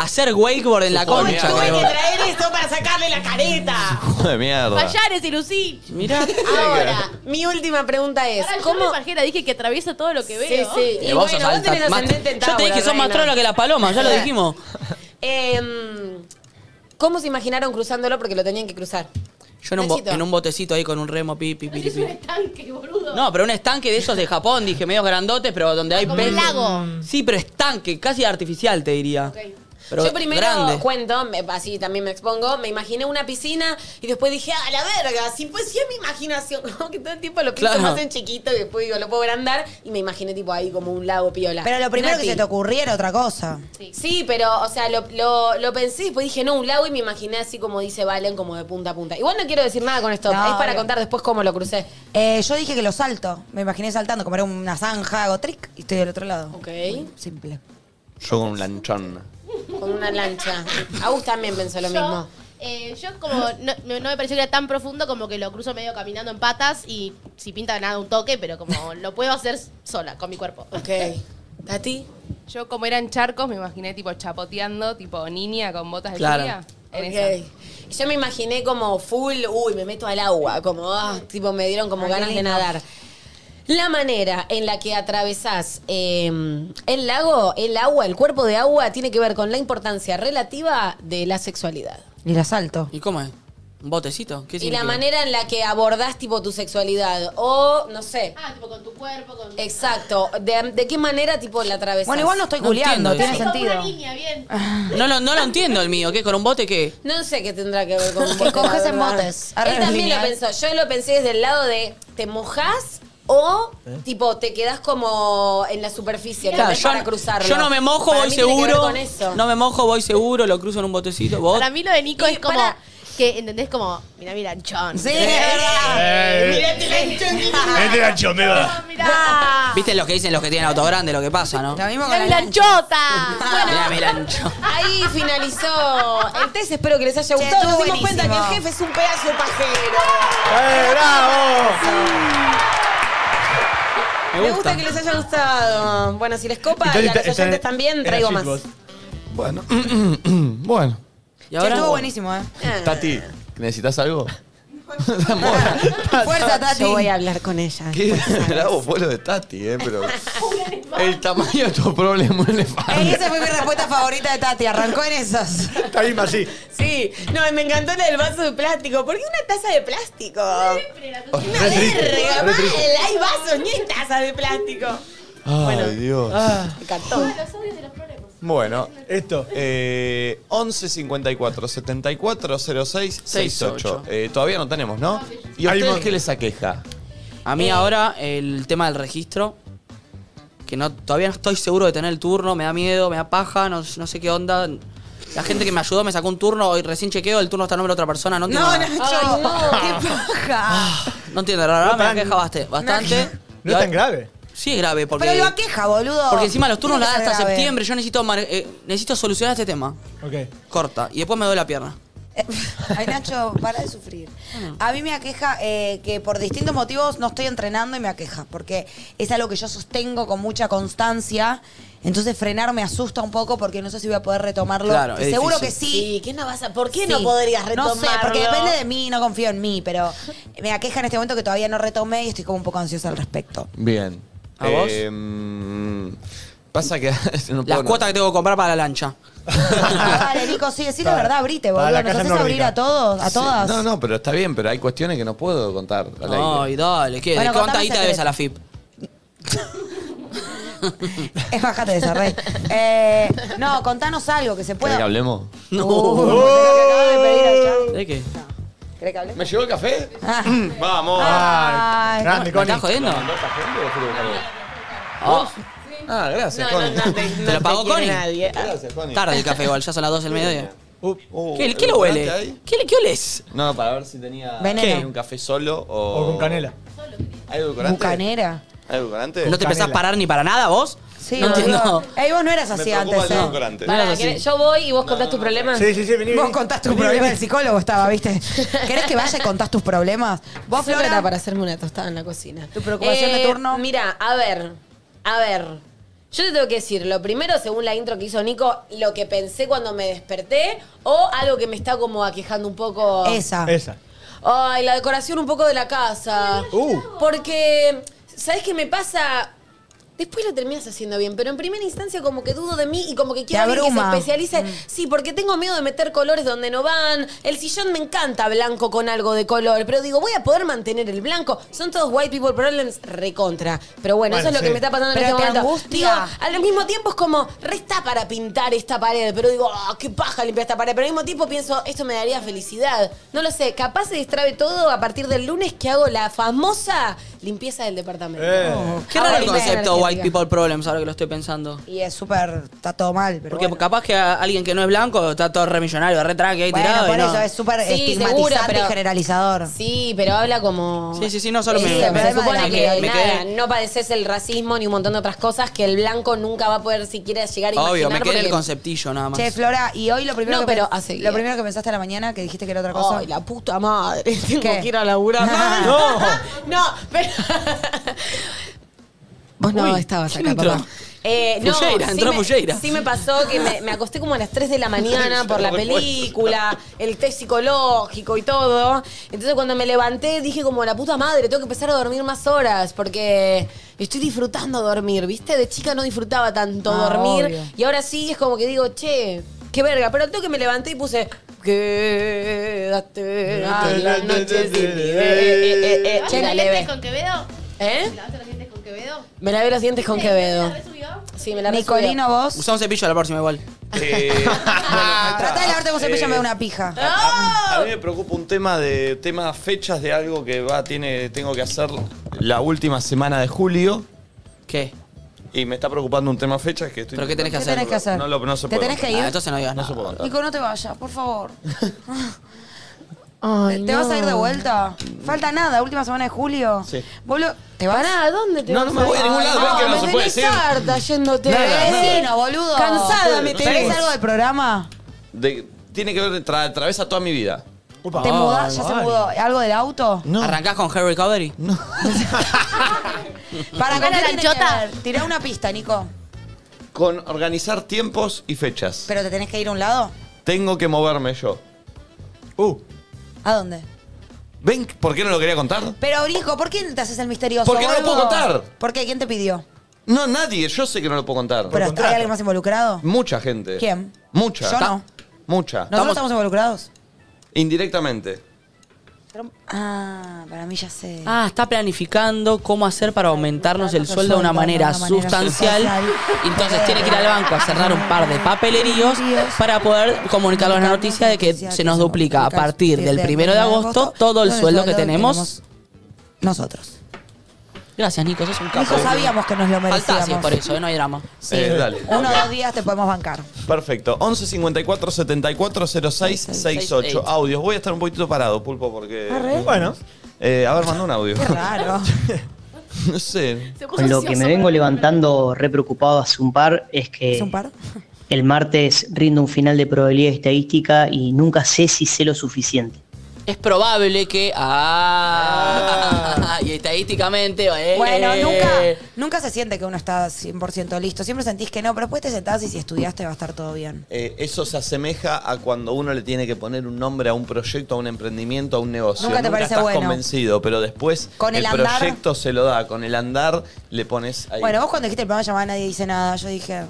Hacer wakeboard en la Uy, concha, tuve que boludo. traer esto para sacarle la careta. Hijo de mierda. Fallares y Lucich. Mirá. Ahora, mi última pregunta es, Ahora, yo ¿cómo? soy pajera, dije que atraviesa todo lo que veo. Sí, sí. Eh, Y vos sos bueno, vos alta- tenés más- ascendente en Yo te Tauro, dije que sos más reina. trola que las [laughs] palomas, ya lo dijimos. Em, ¿Cómo se imaginaron cruzándolo? Porque lo tenían que cruzar. Yo en un, bo- Nachito. en un botecito ahí con un remo, pipi, No, Es pipi. un estanque, boludo. No, pero un estanque de esos de Japón, dije, medios grandotes, pero donde hay Como un peces. lago. Sí, pero estanque, casi artificial, te diría. Pero Yo primero grande. cuento, me- así también me expongo, me imaginé una piscina y después dije, a la verga, si pues sí es mi imaginación, [laughs] como que todo el tiempo lo pienso Claro. más en chiquito y después digo, lo puedo agrandar y me imaginé tipo ahí como un lago piola. Pero lo primero que Nati. se te ocurriera era otra cosa. Sí, pero, o sea, lo, lo, lo pensé y después dije, no, un lago y me imaginé así como dice Valen, como de punta a punta. Igual no quiero decir nada con esto, No, es para obvio. contar después cómo lo crucé. Eh, yo dije que lo salto. Me imaginé saltando, como era una zanja, hago trick y estoy del otro lado. Ok. Muy simple. Yo con un lanchón. Con una lancha. Agus también pensó lo Yo, mismo. eh, yo como no, no- no me pareció que era tan profundo como que lo cruzo medio caminando en patas y si pinta nada un toque, [laughs] pero como lo puedo hacer sola, con mi cuerpo. Ok. ¿Tati? Yo, como eran charcos, me imaginé tipo chapoteando, tipo niña con botas de Claro. lluvia. En Ok. Yo me imaginé como full, uy, me meto al agua, como, ah, tipo, me dieron como Ay, qué ganas de lindo. nadar. La manera en la que atravesás eh, el lago, el agua, el cuerpo de agua, tiene que ver con la importancia relativa de la sexualidad. Y la salto. ¿Y cómo es? ¿Un botecito? ¿Qué Y la significa? manera en la que abordás, tipo, tu sexualidad. O, no sé, [laughs] Ah, tipo con tu cuerpo, con... exacto. ¿De, de qué manera, tipo, la atravesás? Bueno, igual no estoy No culeando, entiendo tiene eso. Como una sentido. niña, bien. Ah. No lo, no lo entiendo el mío, ¿qué? ¿Con un bote qué? No sé qué tendrá que [laughs] ver con un Que bote, la coges en verdad. botes. Él también lo Lineal. pensó. Yo lo pensé desde el lado de te mojás o tipo te quedás como en la superficie Claro, no es para cruzarlo. yo no me mojo, Para voy mí tiene que ver seguro. con eso. No me mojo, voy seguro, lo cruzo en un botecito. ¿Vos? Para mí lo de Nico Y es como para- que, ¿entendés? Como, mira, mira, John. Sí, es verdad. Eh, Este gancho me va. Mirá. ¿Viste lo que dicen los que tienen auto grande, lo que pasa, no? Lo mismo con La la lanchota. Mirá, mi lancho. [laughs] Ahí finalizó el test. Espero que les haya Che, gustado. Nos estuvo dimos cuenta que el buenísimo. jefe es un pedazo de pajero. ¡Eh, bravo! Me Me gusta. gusta. que les haya gustado. Bueno, si les copa y a los Entonces, oyentes está- también, era traigo shit, más. vos. Bueno, bueno. ¿Y Che, ahora? estuvo [laughs] buenísimo, ¿eh? Tati, ¿necesitas algo? Fuerza, Tati. Yo voy a hablar con ella. Qué [laughs] bravo fue lo de Tati, eh, [laughs] pero. El tamaño de tu problema es un Ey, elefante. esa fue mi respuesta favorita de Tati. Arrancó en esas. Está bien así. Sí, no, me encantó la del vaso de plástico. ¿Por qué una taza de plástico? Una Re triste, verga, re mal. triste. Hay vasos, ni hay tazas de plástico. Ay, Dios. Me encantó. Bueno, Esto. eh, 11 54 74 06 68. Eh, todavía no tenemos, ¿no? ¿Y a Hay ustedes más. qué les aqueja? A mí ahora el tema del registro, que no, todavía no estoy seguro de tener el turno, me da miedo, me da paja, no, no sé qué onda. La gente que me ayudó me sacó un turno, hoy recién chequeo, el turno está en nombre de otra persona, no entiendo. No, nada. Nacho. Ay, ¡Qué paja! No entiendo, la verdad No me tan- aqueja bast- bastante. [laughs] No es tan grave. Sí es grave, porque, Pero lo aqueja, boludo. porque encima los turnos la Tiene que dan ser hasta grave. septiembre, yo necesito, mar- eh, necesito solucionar este tema. Ok. Corta, y después me duele la pierna. Eh, [laughs] Ay, Nacho, para de sufrir. Ah. A mí me aqueja eh, que por distintos motivos no estoy entrenando y me aqueja, porque es algo que yo sostengo con mucha constancia. Entonces frenar me asusta un poco porque no sé si voy a poder retomarlo. Claro, Que es seguro difícil. que sí. ¿qué no vas a, ¿por qué Sí. no podrías retomarlo? No sé, porque depende de mí, no confío en mí, pero me aqueja en este momento que todavía no retomé y estoy como un poco ansiosa al respecto. Bien. ¿A vos? Em, pasa que. [laughs] no Las puedo- cuotas que tengo que comprar para la lancha. Dale, Nico, sí, decí la Para- verdad, abrite, para boludo. la ¿Nos caja haces nórdica. abrir a todos, a Sí, todas? No, no, pero está bien, pero hay cuestiones que no puedo contar al Ay, aire. dale, ¿qué? Bueno, ¿De cuánta contame guita secreto. debes a la FIP? Es bajate de esa red. Eh, no, contanos algo que se ¿Querés pueda. que hablemos? [laughs] No. Uh, de lo que acabas de pedir allá. ¿De qué? ¿Querés que hable? ¿Me llegó el café? Ah. Vamos. Ay, Grande, ¿Me Connie. estás jodiendo? Oh, Ah, gracias, No, no, Connie. no, te, no ¿Te lo pagó quiere Connie? nadie. Gracias, Connie. tarde el café igual, ya son las 12 del mediodía. Uh, uh, ¿Qué, qué lo huele? ¿lograste ahí? ¿Qué, le- qué olés? No, para ver si tenía Veneno. ¿Qué? un café solo o. O con canela. ¿Hay edulcorante? bucanera. ¿Hay edulcorante? ¿No te Canela. empezás a parar ni para nada vos? Sí, Sí, No boludo. entiendo. Ey, vos no eras así Me preocupa antes, el ¿eh? Joker antes. No Pará, eras así. ¿querés- yo voy y vos contás tus problemas. Sí, sí, sí, vení. Vos vení. contás tus Vení, problemas, el vení. psicólogo estaba, ¿viste? ¿Querés que vaya y contás tus problemas? Vos, Solo Flora, era para hacerme una tostada en la cocina. Eh, ¿Tu preocupación de turno? Mira, a ver, a ver. Yo te tengo que decir, lo primero, según la intro que hizo Nico, lo que pensé cuando me desperté o algo que me está como aquejando un poco. esa. Esa. Ay, la decoración un poco de la casa. Uh. Porque, ¿sabes qué me pasa? Después lo terminas haciendo bien, pero en primera instancia como que dudo de mí y como que quiero alguien que se abruma. Mm. especialice. Sí, porque tengo miedo de meter colores donde no van. El sillón me encanta blanco con algo de color, pero digo, voy a poder mantener el blanco. Son todos white people problems recontra. Pero bueno, Bueno, eso es lo sí. que me está pasando Pero en este te momento. angustia. Digo, al mismo tiempo es como, resta para pintar esta pared, pero digo, ah, qué paja limpiar esta pared. Pero al mismo tiempo pienso, esto me daría felicidad. No lo sé, capaz se distrae todo a partir del lunes que hago la famosa limpieza del departamento. Eh. Qué raro el Ahora, concepto energética. White People Problems, ahora que lo estoy pensando. Y es súper, está todo mal, pero Porque bueno. capaz que a alguien que no es blanco está todo re millonario, re tranqui ahí Bueno, tirado. por y no. eso es súper Sí, estigmatizante seguro, pero- y generalizador. Sí, pero habla como. Sí, sí, sí, no, solo Sí, me- pero me- se supone me que quedé- me nada, quedé- no padeces el racismo ni un montón de otras cosas que el blanco nunca va a poder siquiera llegar a Obvio, imaginar. me quedé en el porque- conceptillo nada más. Che, Flora, y hoy lo primero, No, que pero pens- hace lo bien. primero que pensaste a la mañana, que dijiste que era otra cosa. Ay, la puta madre. [laughs] Tengo ¿Qué? que ir a laburar. Ah. No, [laughs] no, pero. [laughs] Vos no Uy, estabas ¿quién acá, entró? papá. Eh, Fulleira, sí entró me, Fulleira. Sí me pasó que me, me acosté como a las 3 de la mañana por la Re puesto. película, el test psicológico y todo. Entonces cuando me levanté dije como la puta madre, tengo que empezar a dormir más horas porque estoy disfrutando dormir, ¿viste? De chica no disfrutaba tanto Ah, dormir obvio. y ahora sí es como que digo, che, qué verga. Pero al toque me levanté y puse, quédate a la noche sin ti". Eh, eh, eh, eh, ¿Te Che, la lavaste los dientes leve. con Quevedo? ¿eh? ¿Te lavaste los dientes con Quevedo? Me lavé los dientes con ¿Eh? Quevedo. ¿La resubió? Sí, me la resubió. Nicolino, vos. Usa un cepillo a la próxima igual. Eh, Ah, Tratá de lavarte con cepillo Eh, me da una pija. A [laughs] mí me preocupa un tema de temas fechas de algo que va tiene tengo que hacer la última semana de julio ¿Qué? y me está preocupando un tema fechas que estoy ¿Pero qué tenés que ¿Qué hacer? tenés que hacer? No lo- no se ¿Te puede. tenés que ir? Ah, entonces no digas No nada. se puede contar. Nico, no te vayas, por favor. Ay, ¿Te no. vas a ir de vuelta? Falta nada, última semana de julio. Sí. Vos lo- ¿Te vas? Pará, ¿a dónde te No, vas no me voy a ningún lado, ven que no me se puede tenés decir. harta yéndote. Nada, nada. Vecino, boludo. Cansada me tenés. ¿Tenés algo del programa? De- tiene que ver, tra- atraviesa toda mi vida. Upa. ¿Te mudás? ¿Ya se mudó? ¿Algo del auto? No. ¿Arrancás con Hair Recovery? ¿Para ¿Van a la anchota? Tirá una pista, Nico. Con organizar tiempos y fechas. ¿Pero te tenés que ir a un lado? Tengo que moverme yo. Uh. ¿A dónde? ¿Ven por qué no lo quería contar? Pero, Nico, ¿por qué te haces el misterioso? Porque no lo boludo? puedo contar. ¿Por qué? ¿Quién te pidió? No, nadie. Yo sé que no lo puedo contar. ¿Pero contrato. hay alguien más involucrado? Mucha gente. ¿Quién? Mucha. Yo no. Mucha. ¿Nosotros estamos involucrados? Indirectamente. Ah, para mí ya sé. Ah, está planificando cómo hacer para aumentarnos el Aumentarnos el sueldo de una sueldo, manera de una manera sustancial. sustancial. Entonces tiene que ir al banco a cerrar un par de papeleríos para poder comunicarnos la noticia de que se nos duplica a partir del primero de agosto todo el sueldo que tenemos. Nosotros. Gracias, Nico, sos un capo. Nico, sabíamos que nos lo merecíamos. Faltás por eso, eh, no hay drama. Sí. Eh, dale. Uno o Ok. dos días te podemos bancar. Perfecto. 11 54 74 06 68. Audios. Voy a estar un poquitito parado, pulpo, porque. Bueno. Eh, a ver, manda un audio. [laughs] Qué raro. [laughs] No sé. Se puso Con lo que ansioso. me vengo levantando re preocupado hace un par es Eh, que ¿Es un par? el martes rindo un final de probabilidad estadística y nunca sé si sé lo suficiente. Es probable que. Ah, [laughs] y estadísticamente. eh, Bueno, nunca, nunca se siente que uno está 100% listo. Siempre sentís que no, pero después te sentás y si estudiaste va a estar todo bien. Eh, eso se asemeja a cuando uno le tiene que poner un nombre a un proyecto, a un emprendimiento, a un negocio. Nunca te parece estás bueno. convencido, pero después Con el andar. proyecto se lo da. Con el andar le pones ahí. Bueno, vos cuando dijiste el programa llamada nadie dice nada, yo dije...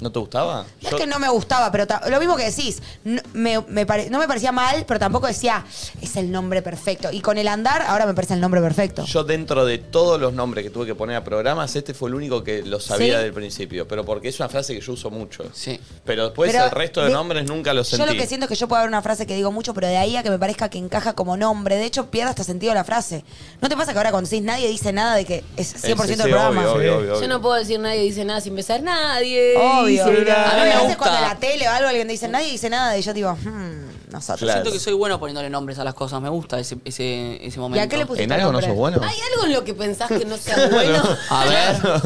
¿No te gustaba? Es Yo- que no me gustaba, pero ta- lo mismo que decís, no me, me pare- no me parecía mal, pero tampoco decía, es el nombre perfecto. Y con el andar, ahora me parece el nombre perfecto. Yo dentro de todos los nombres que tuve que poner a programas, este fue el único que lo sabía ¿Sí? del principio, pero porque es una frase que yo uso mucho. Sí. Pero después Pero Pues el resto de, de- nombres nunca lo sentí. Yo lo que siento es que yo puedo haber una frase que digo mucho, pero de ahí a que me parezca que encaja como nombre. De hecho, pierde hasta sentido la frase. ¿No te pasa que ahora cuando decís nadie dice nada de que es 100% Sí, sí, del Eh, sí, programa? obvio, obvio, obvio, Yo obvio. no puedo decir nadie dice nada sin besar nadie. Obvio. dice nada. A mí me me gusta. cuando en la tele o algo alguien dice nadie dice nada y yo digo, hmm, nosotros. Claro. Siento que soy bueno poniéndole nombres a las cosas, me gusta ese, ese, ese ¿Y momento. a qué le pusiste ¿En algo no nombre? sos bueno? [laughs] ¿Hay algo en lo que pensás que no sea bueno? A ver.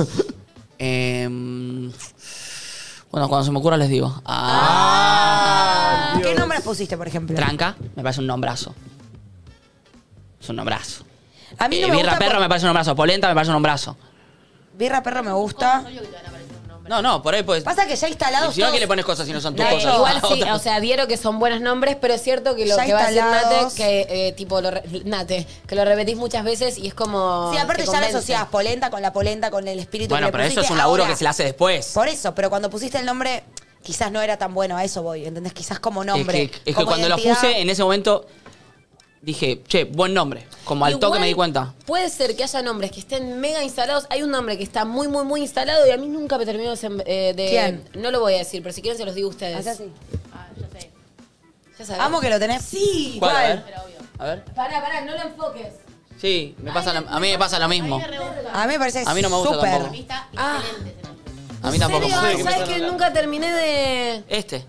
Em, Bueno, cuando se me ocurra les digo. Ah, Ah, ¿Qué nombres pusiste, por ejemplo? Tranca, me parece un nombrazo. Es un nombrazo. A mí no Eh, me birra gusta. perro por- me parece un nombrazo. Polenta me parece un nombrazo. Birra perro me gusta. No, no, por ahí pues. Pasa que ya instalados Si no, ¿a todos- ¿qué le pones cosas si no son tus Eh, cosas? [laughs] igual sí, Otra. o sea, adhiero que son buenos nombres, pero es cierto que lo Ya que va a decir Nate, instalados. que eh, tipo lo re- Nate, que lo repetís muchas veces y es como. Sí, aparte te ya lo convence. asociás polenta con la polenta, con el espíritu Bueno, que le pero eso pusiste. es un laburo Ahora, que se le hace después. Por eso, pero cuando pusiste el nombre, quizás no era tan bueno, a eso voy, ¿entendés? Quizás como nombre. Es que, es que como cuando lo identidad. puse, en ese momento dije, che, buen nombre. Como al toque Igual me di cuenta. Puede ser que haya nombres que estén mega instalados. Hay un nombre que está muy, muy, muy instalado y a mí nunca me terminó de sem- eh, de. ¿Quién? No lo voy a decir, pero si quieren se los digo a ustedes. Hacé así. Ah, ya sé. Ya sabés. Amo que lo tenés. Sí. ¿Cuál? A ver. Pero obvio. A ver. Pará, pará, no lo enfoques. Sí, me pasa lo- a mí me pasa lo A mí mismo. me re gusta. A mí me parece A mí no me gusta súper. A mí tampoco. está Ah. excelente ese nombre. A mí tampoco. ¿En me serio? gusta. ¿Sabes que nunca terminé de. Este.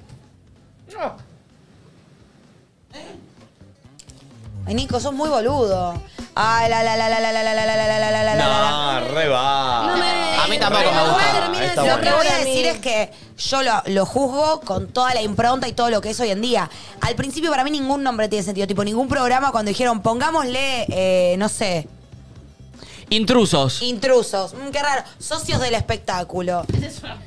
Ay, Nico, sos muy boludo. Ay, la, la, la, la, la, la, la, la, la, la, la, la, la, la, la, la. No, re va. No me- A mí tampoco me No gusta. termina Está de Lo que bueno. voy cerrar a a mí. decir es que yo lo, lo juzgo con toda la impronta y todo lo que es hoy en día. Al principio para mí ningún nombre tiene sentido. Tipo, ningún programa cuando dijeron, pongámosle, eh, no sé, Intrusos. intrusos. Mm, qué raro. Socios del espectáculo. [laughs] Ese es una-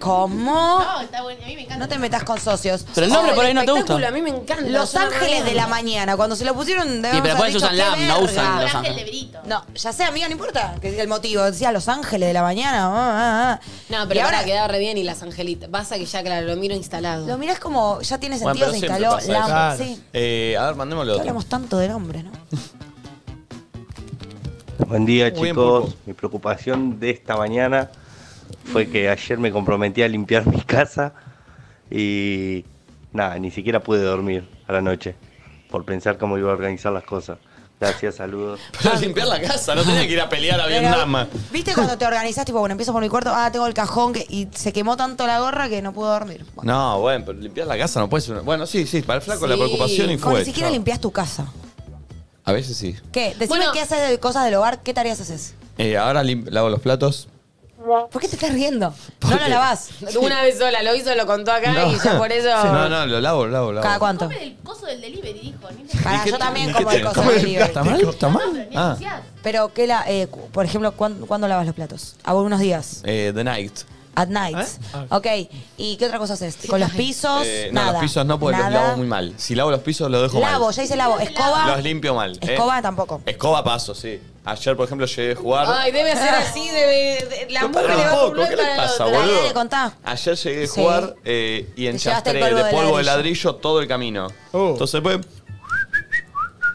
¿Cómo? No, está bueno. A mí me encanta. Oh. No te metas con socios. Oh, Pero el nombre Ay, por ahí no te gusta. espectáculo, A mí me encanta. Los es una Ángeles mierda. de la Mañana, cuando se lo pusieron... debemos pero haber ¿cuál es dicho, Susan "Qué Lam? No verga". usan Por Los Ángel de Ángeles. Brito. No, ya sé, amiga, no importa que el motivo. Decía Los Ángeles de la Mañana. ah, ah, ah. No, Y pero ahora ahora quedaba re bien y las angelitas. Pasa que ya, claro, lo miro instalado. lo mirás como ya tiene Bueno, sentido, pero se siempre instaló. pasa la- eso. sí. Eh, a ver, mandémosle No otro. hablamos tanto de nombres, ¿no? Buen día Muy bien, chicos, Pulpo. mi preocupación de esta mañana fue que ayer me comprometí a limpiar [laughs] mi casa y nada, ni siquiera pude dormir a la noche por pensar cómo iba a organizar las cosas. Gracias, saludos. Pero limpiar la casa, no tenía que ir a pelear a Vietnam. ¿Viste cuando te organizás? Tipo, bueno, empiezo por mi cuarto, ah, tengo el cajón que- y se quemó tanto la gorra que no pudo dormir. Bueno, No, bueno, pero limpiar la casa no puede ser. una- Bueno, sí, sí, para el flaco la Sí, preocupación y con fue. ni siquiera chao. limpiás tu casa. A veces sí. ¿Qué? Decime Bueno. qué haces de cosas del hogar, qué tareas haces. Eh, ahora lim- lavo los platos. ¿Por qué te estás riendo? No lo qué? lavás. Una vez sola, lo hizo, lo contó acá y ya por eso. Sí, [laughs] no, no, lo lavo, lo lavo, lo lavo. ¿Cada cuánto? Come del coso del delivery, dijo. ni me- Para, ¿Qué- yo también qué como te- de cosas cómo del te- libre. ¿Está mal? ¿Está No, mal? pero ni Ah, asociás. Pero, ¿qué la, eh, cu- por ejemplo, ¿cuándo, cuándo lavas los platos? A unos días. eh, The Night. At night. Ah. Ok. ¿Y qué otra cosa haces? ¿Con los pisos? Eh, no, nada. los pisos no, porque los Nada. lavo muy mal. Si lavo los pisos, los dejo Lavo, mal. ya hice lavo. Escoba. Los limpio mal. ¿eh? Escoba tampoco. Escoba paso, sí. Ayer, por ejemplo, llegué a jugar. Ay, debe hacer así, debe. de- la No, mujer para le va un por poco, un lado ¿qué y le para la pasa, otra. boludo? Dale, contá. Ayer llegué a Sí. jugar eh, y llevaste el enchastré de polvo polvo de de ladrillo. ladrillo todo el camino. Oh. Entonces, pues,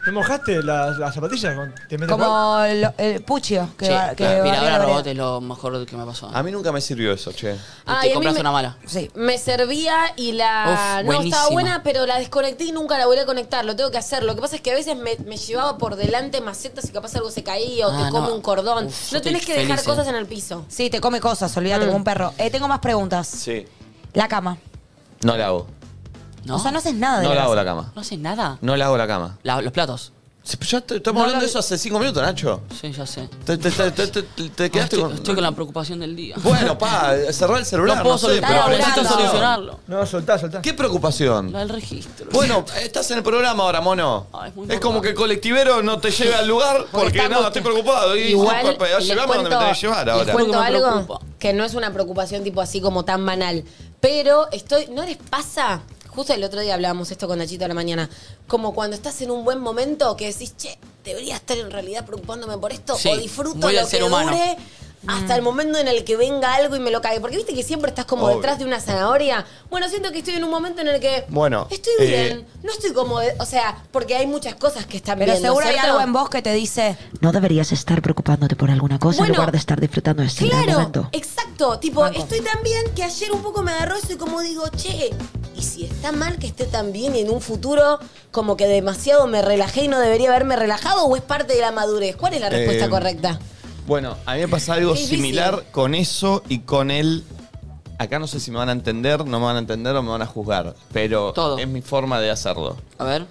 ¿Te mojaste las, las zapatillas? con- ¿Te metes mal? Como lo- el puchio. Que Che, va- que la va a viradora la robot es lo mejor que me pasó. a mí nunca me sirvió eso, che. Y te a mí compras me- una mala. Sí. Me servía y la. Uf, no buenísima. estaba buena, pero la desconecté y nunca la volví a conectar. Lo tengo que hacer. Lo que pasa es que a veces me, me llevaba por delante macetas y capaz algo se caía o Ah, te come no. un cordón. Uf, yo no tenés que estoy dejar feliz, cosas eh. en el piso. Sí, te come cosas, Mm. olvídate como un perro. Eh, tengo más preguntas. Sí. La cama. No lavo. ¿No? O sea, no haces nada de No lavo casa. la cama. ¿No haces nada. No lavo la cama. La- los platos. Sí, pero Ya te- estamos No, hablando no, de eso hace cinco minutos, Nacho. Sí, ya sé. Te, te- te- te- te- te Ah, quedaste estoy, con... estoy con la preocupación del día. Bueno, pa, eh, cerrá el celular. no puedo sé, solucionarlo, pero necesito preocupación. solucionarlo. No, soltá, soltá. ¿Qué preocupación? La del registro. Bueno, estás en el programa ahora, mono. Ah, es muy es como importante. que el colectivero no te lleva al lugar porque estamos- no, estoy preocupado. Y, Igual, papá, les llévame donde me cuento- tenés que llevar les ahora. cuento- cuento Lo que me algo preocupa. que no es una preocupación tipo así como tan banal, pero estoy, ¿no les pasa? Justo el otro día hablábamos esto con Nachito a la mañana, como cuando estás en un buen momento que decís, che, debería estar en realidad preocupándome por esto Sí, o disfruto muy del lo ser que humano. dure hasta Mm. el momento en el que venga algo y me lo cague. Porque viste que siempre estás como Obvio. detrás de una zanahoria. Bueno, siento que estoy en un momento en el que Bueno, estoy eh, bien, no estoy como, de- o sea, porque hay muchas cosas que están Pero viendo, seguro hay ¿cierto? algo en vos que te dice. No deberías estar preocupándote por alguna cosa Bueno, en lugar de estar disfrutando de este gran Claro, momento. exacto. Tipo, Banco. estoy tan bien que ayer un poco me agarró eso y como digo, che, y si está mal que esté tan bien y en un futuro como que demasiado me relajé y no debería haberme relajado o es parte de la madurez? ¿Cuál es la respuesta Eh, correcta? Bueno, a mí me pasa algo Qué difícil. similar con eso y con el... Acá no sé si me van a entender, no me van a entender o me van a juzgar, pero Todo. es mi forma de hacerlo. A ver,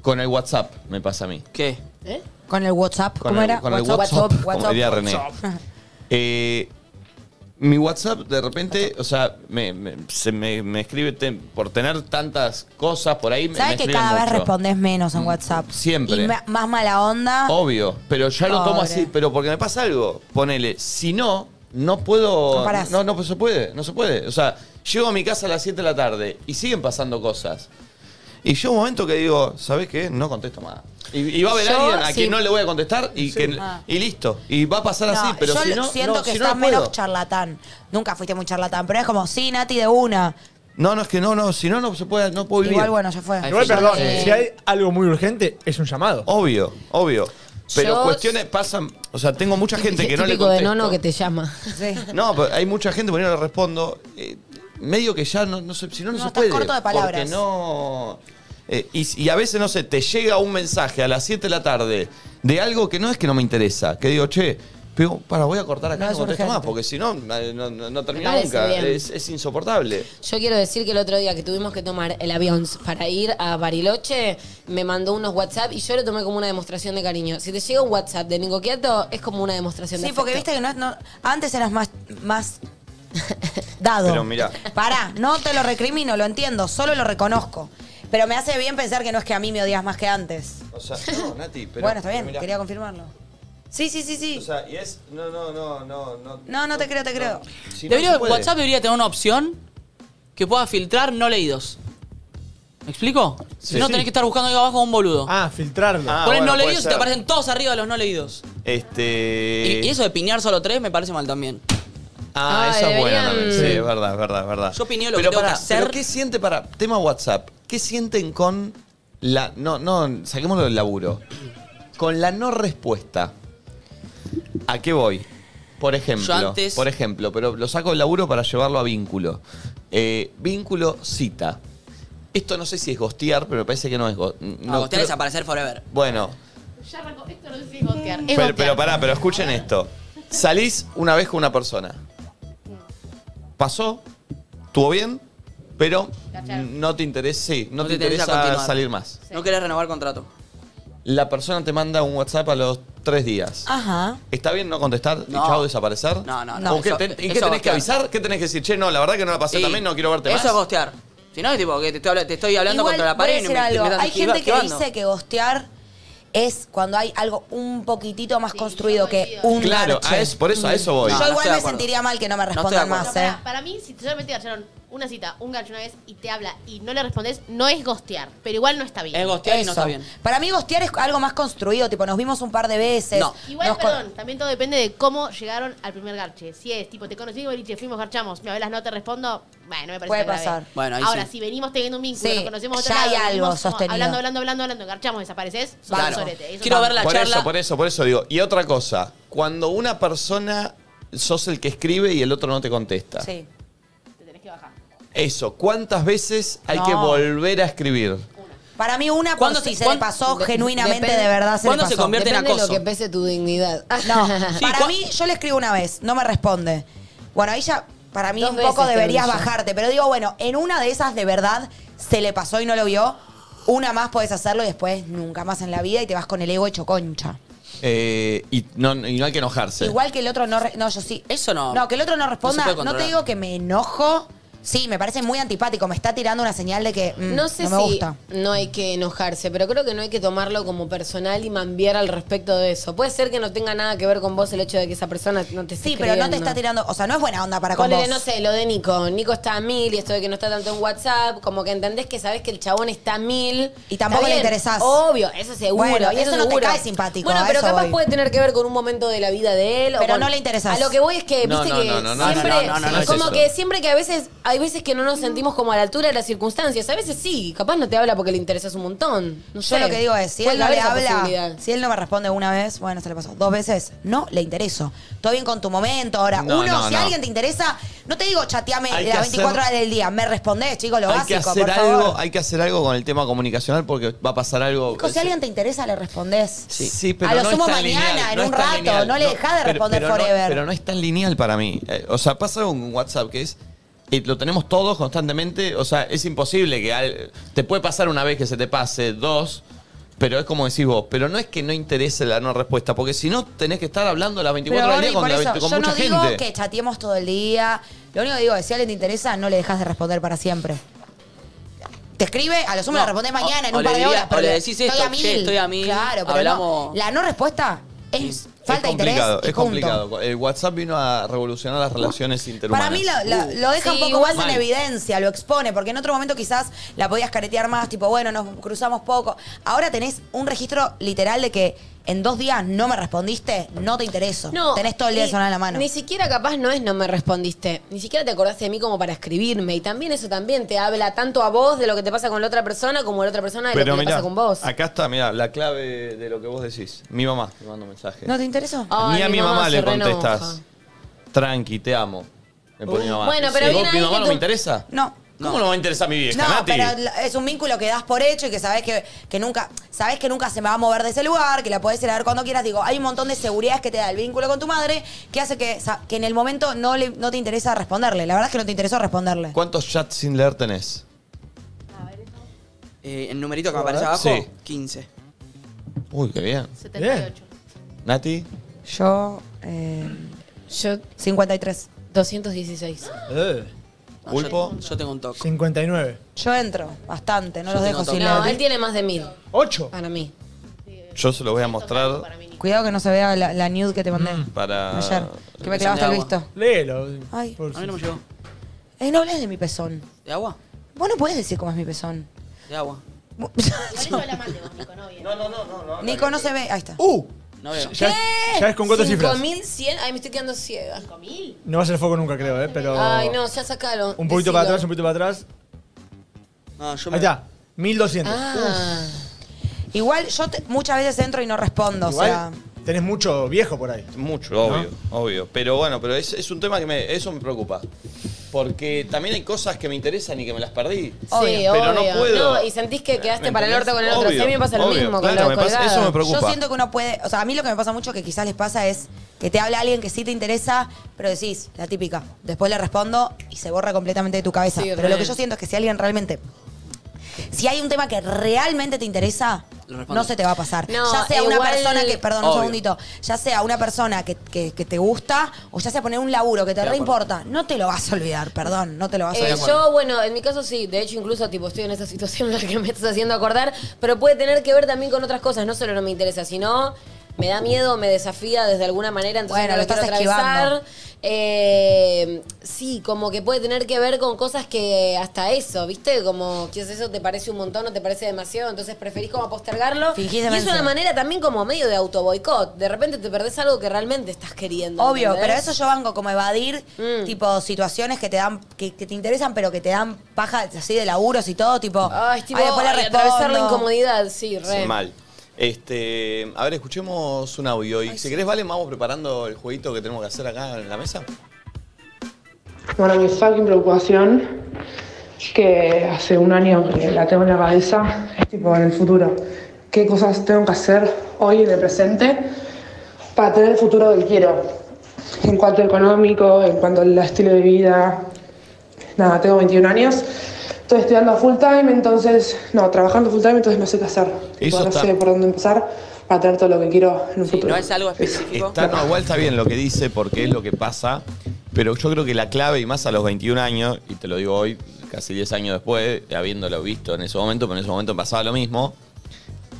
Con el WhatsApp me pasa a mí. ¿qué? ¿Eh? Con el WhatsApp, Con ¿cómo el, era? Con el WhatsApp, WhatsApp. como diría René. [laughs] Eh, mi WhatsApp de repente, o sea, me, me- se me, me escribe te- por tener tantas cosas por ahí. me- ¿Sabes me que escriben cada vez mucho. respondes menos en WhatsApp? Siempre. Y ma- más mala onda. Obvio, pero ya lo tomo Pobre. así, pero porque me pasa algo. Ponele, si no, no puedo. No parás. No, no, se puede, no se puede. O sea, llego a mi casa a las 7 de la tarde y siguen pasando cosas. Y yo un momento que digo, ¿sabés qué? No contesto más. Y, y va a haber Yo, alguien a sí. quien no le voy a contestar y, que, Ah. y listo. Y va a pasar así, No, pero yo si no. siento no, que si no, estás no puedo. menos charlatán. Nunca fuiste muy charlatán, pero es como, sí, Nati, de una. No, no, es que no, no, si no, no se puede, no puedo vivir. Igual, bueno, ya fue. Igual, perdón, Eh. si hay algo muy urgente, es un llamado. Oh. Obvio, obvio. Pero Yo- cuestiones pasan, o sea, tengo mucha gente que no le Típico contesto. de nono que te llama. [laughs] No, pero hay mucha gente que no le respondo. eh, medio que ya no, no sé, si no, no, No, se estás puede. corto de Porque palabras. no. eh, y, y a veces, no sé, te llega un mensaje a las 7 de la tarde de algo que no es que no me interesa. Que digo, che, pero para, voy a cortar acá, No no, es contesto urgente. más, porque si no, eh, no, no- no termina parece nunca. bien. Es, es insoportable. Yo quiero decir que el otro día que tuvimos que tomar el avión para ir a Bariloche, me mandó unos WhatsApp y yo lo tomé como una demostración de cariño. Si te llega un WhatsApp de Nico Quieto, es como una demostración de Sí, porque afecto. viste que no, no- antes eras más, más dado. Pero mirá. Pará, no te lo recrimino, lo entiendo, solo lo reconozco. Pero me hace bien pensar que no es que a mí me odias más que antes. O sea, no, Nati, pero. bueno, está bien, pero mirá. quería confirmarlo. Sí, sí, sí, sí. O sea, y es. No, no, no, no. No, No, no te creo, te creo. si no Debería- se puede. WhatsApp debería tener una opción que pueda filtrar no leídos. ¿Me explico? Sí. Si no, tenés que estar buscando ahí abajo a un boludo. Ah, filtrarlo. Ah, Pones bueno, no puede leídos y te ser. aparecen todos arriba de los no leídos. Y, Este. y eso de piñar solo tres me parece mal también. Ah, Ah, eso es bueno deberían- también. Sí, es verdad, es verdad, es verdad. Yo opinión lo pero que tengo pará, que hacer- pero ¿qué siente para tema WhatsApp? ¿Qué sienten con la no no saquémoslo del laburo? Con la no respuesta. ¿A qué voy? Por ejemplo, Yo antes- por ejemplo, pero lo saco del laburo para llevarlo a vínculo. Eh, vínculo cita. Esto no sé si es gostear, pero me parece que no es go- No, no, vos tenés creo- que aparecer forever. Bueno, Ya arrancó. Esto no sé si es gotear. Mm. Es pero, gotear. pero pará, pero escuchen esto. Salís una vez con una persona. Pasó, estuvo bien, pero Cacharon. no te interesa, sí, No no, te, te interesa interesa, continuar. salir más. No querés renovar contrato. La persona te manda un WhatsApp a los tres días. Ajá. ¿Está bien no contestar y Ah. No. chao desaparecer? No, no, no, ¿O qué eso- ten- ¿Y eso qué tenés que gostear. avisar? ¿Qué tenés que decir? Che, no, la verdad que no la pasé Y también, no quiero verte más. Eso es gostear. Si no, es tipo que te estoy, habla- te estoy hablando Igual, contra la voy a pared y no decir me, algo. me estás Hay gente que esquivando. dice que gostear es cuando hay algo un poquitito más Sí, construido yo que coincido. un Claro, garche. a eso, por eso a eso voy. No, Yo igual no estoy de me acuerdo. sentiría mal que no me estoy de respondan acuerdo. más, No, ¿eh? para, para mí, si solamente gacharon una cita, un gancho una vez y te habla y no le respondes, no es gostear. Pero igual no está bien. Es gostear y Eso. no está bien. Para mí gostear es algo más construido, tipo nos vimos un par de veces. No. Igual, nos con- perdón, también todo depende de cómo llegaron al primer garche. Si es, tipo, te conocí en boliche, fuimos, garchamos, me hablas, no te respondo, bueno, me parece Puede tan grave. pasar. Bueno, ahí Ahora, sí. si venimos teniendo un vínculo, Sí, nos conocemos de ya hay otro lado, algo venimos como sostenido. Hablando, hablando, hablando, hablando, garchamos, desapareces, sos Claro. un sorete. Eso Quiero está ver la por charla. eso, por e- eso, por eso digo. Y otra cosa, cuando una persona sos el que escribe y el otro no te contesta. Sí. mal, Te tenés que bajar. Eso, ¿cuántas veces hay No. que volver a escribir? Para mí una por ¿Cuándo si se- se le cuán- pasó de- genuinamente depende- de verdad se le ¿Cuándo se pasó. convierte en Depende de lo acoso. que pese tu dignidad. [laughs] No, Sí, para cua- mí yo le escribo una vez, no me responde. Bueno, ahí ya para mí Dos un veces poco te lo deberías dije. bajarte, pero digo, bueno, en una de esas de verdad se le pasó y no lo vio. Una más podés hacerlo y después nunca más en la vida y te vas con el ego hecho concha. Eh, y, no, y no hay que enojarse. Igual que el otro no... re- no, yo sí. Eso no- No, que el otro no no responda. se puede No, te controlar. digo que me enojo. Sí, me parece muy antipático. Me está tirando una señal de que mm, No sé me si gusta. no hay que enojarse, pero creo que no hay que tomarlo como personal y mambiar al respecto de eso. Puede ser que no tenga nada que ver con vos el hecho de que esa persona no te esté Sí, pero no escribiendo. te está tirando... O sea, no es buena onda para con Ponele, vos. no sé, lo de Nico. Nico está a mil y esto de que no está tanto en WhatsApp, como que entendés que sabés que el chabón está a mil. Y tampoco Está le bien, interesás. Obvio, eso seguro. Bueno, y eso, eso no te seguro. cae simpático, Bueno, a pero eso capaz voy. puede tener que ver con un momento de la vida de él. o Pero con- no le interesás. A lo que voy es que, No, viste no, que no, no, no, siempre. no, no, no, no es como eso. que siempre que a veces, hay veces que no nos sentimos como a la altura de las circunstancias. A veces sí, capaz no te habla porque le interesas un montón. No Yo sé. lo que digo es, si Puede él no haber le esa habla, posibilidad. si él no me responde una vez, bueno, se le pasó. Dos veces, no le intereso. Todo bien con tu momento ahora. No, Uno, no, si no. alguien te interesa, no te digo chateame Hay que las 24 hacer- horas del día. Me respondés, chicos, lo hay básico, que hacer por algo, favor. hay que hacer algo con el tema comunicacional porque va a pasar algo. Chicos, si alguien te interesa, le respondés. Sí, sí, pero A lo no es sumo tan mañana, lineal, en no un es tan rato, lineal. no le dejás de responder pero no- forever. pero no es tan lineal para mí. Eh, o sea, pasa con WhatsApp que es. eh, lo tenemos todos constantemente. O sea, es imposible que. al- te puede pasar una vez que se te pase, dos. Pero es como decís vos, pero no es que no interese la no respuesta, porque si no tenés que estar hablando las 24 horas del día Gordi, con, la por 20 eso, con yo mucha no digo gente. que chateemos todo el día. Lo único que digo es, si a alguien te interesa, no le dejas de responder para siempre. Te escribe, a lo sumo No, le respondés o- mañana, en o un par le de diría- horas. o pero le decís esto, che, estoy a mil, Claro, pero hablamos. no. La no respuesta es, falta de interés. complicado, y es punto. complicado. El WhatsApp vino a revolucionar las relaciones interhumanas. Para mí la- la- lo deja Sí, un poco igual- más en Mal. evidencia, lo expone, porque en otro momento quizás la podías caretear más, tipo, bueno, nos cruzamos poco. Ahora tenés un registro literal de que en dos días no me respondiste, no te intereso. tenés todo el día y de sonar en la mano. Ni siquiera capaz no es no me respondiste. Ni siquiera te acordaste de mí como para escribirme. Y también eso también te habla tanto a vos de lo que te pasa con la otra persona como a la otra persona de lo que le mirá, pasa con vos. acá está, mira, la clave de lo que vos decís. Mi mamá te mando mensaje. ¿No te interesó? Ni Ay, a mi mamá, se le re enoja. contestás. Tranqui, te amo. Me pone mi mamá. Bueno, pero ¿Y vos, viene mi ahí mamá que no tú- me interesa? No. ¿Cómo no me va a interesar mi vieja, No, Nati? pero la- es un vínculo que das por hecho y que sabes que, que nunca sabes que nunca se me va a mover de ese lugar, que la podés ir a ver cuando quieras. Digo, hay un montón de seguridades que te da el vínculo con tu madre que hace que, sa- que en el momento no, le, no te interesa responderle. La verdad es que no te interesó responderle. ¿Cuántos chats sin leer tenés? Eh, el numerito que me aparece abajo, Sí. 15. Uy, qué bien. 78. Nati, Yo, eh, Yo, 53. 216. Eh, No, Pulpo. Yo, yo tengo un toque. 59. Yo entro bastante, no Yo los tengo dejo todo. sin No, leer. él tiene más de mil, 8. para mí. yo se lo voy a Para mostrar mí, Nico. Cuidado que no se vea la, la nude que te mandé para... ayer, que me que clavaste son el de visto. Léelo. Ay. por A mí no me si- llegó. Ey, Eh, no hables de mi pezón. ¿De agua? Vos no podés decir cómo es mi [laughs] pezón. De agua. Igual eso habla mal de vos, Nico, no bien. Nico, no se ve. Ahí está. ¡Uh! No veo. Ya, ya es con cuatro cifras. 5100. Ay, me estoy quedando ciega. ¿Mil? No va a ser foco nunca, creo, ¿eh? Oh. Pero. Ay, no, ya sacaron. Un poquito Decilo. para atrás, un poquito para atrás. No, yo Ahí me... está. 1200. Ah. Igual yo te- muchas veces entro y no respondo. Igual O sea. tenés mucho viejo por ahí. Mucho, obvio, obvio. Pero bueno, pero es, es un tema que me, eso me preocupa. Porque también hay cosas que me interesan y que me las perdí. Sí, Pero no obvio. puedo. y sentís que quedaste ¿Me para el entendés? orto con el otro. Sí, a mí me pasa lo obvio. mismo Claro, con me lo pasa- de colgado. Eso me preocupa. Yo siento que uno puede, o sea, a mí lo que me pasa mucho que quizás les pasa es que te habla alguien que sí te interesa, pero decís, la típica, después le respondo y se borra completamente de tu cabeza. Sí, pero re. lo que yo siento es que si alguien realmente, si hay un tema que realmente te interesa, Lo respondo. no se te va a pasar. No, ya sea una igual- persona que, perdón, Obvio. un segundito, ya sea una persona que, que- que te gusta o ya sea poner un laburo que te Estoy de reimporta, no te lo vas a olvidar, perdón, no te lo vas a Eh, olvidar. yo, bueno, en mi caso sí, de hecho incluso tipo estoy en esa situación [laughs] en la que me estás haciendo acordar, pero puede tener que ver también con otras cosas, no solo no me interesa, sino me da miedo, me desafía desde alguna manera, entonces no Bueno, lo lo, estás quiero atravesar. esquivando. Eh, sí, como que puede tener que ver con cosas que hasta eso, ¿viste? Como quizás eso te parece un montón o te parece demasiado, entonces preferís como postergarlo. Fingís y es demencia. una manera también como medio de autoboicot. De repente te perdés algo que realmente estás queriendo. Obvio, ¿entendés? pero eso yo banco como evadir Mm. tipo situaciones que te dan, que, que te interesan, pero que te dan paja así de laburos y todo, tipo. Ay, es tipo, "Ay, después le ay, respondo". atravesar la incomodidad, sí, re. Mal. Este, a ver, escuchemos un audio. Y si querés, Valen, vamos preparando el jueguito que tenemos que hacer acá en la mesa. Bueno, mi fucking preocupación, que hace un año que la tengo en la cabeza, es tipo en el futuro. ¿Qué cosas tengo que hacer hoy en el presente para tener el futuro que quiero? En cuanto a económico, en cuanto al estilo de vida. Nada, tengo 21 años. Estoy estudiando full time, entonces. No, trabajando full time, entonces no sé qué hacer. Tipo, Eso no está- sé por dónde empezar para tener todo lo que quiero en un Sí, futuro. no es algo específico. [laughs] Está, no, igual está bien lo que dice porque es lo que pasa, pero yo creo que la clave, y más a los 21 años, y te lo digo hoy, casi 10 años después, habiéndolo visto en ese momento, pero en ese momento pasaba lo mismo,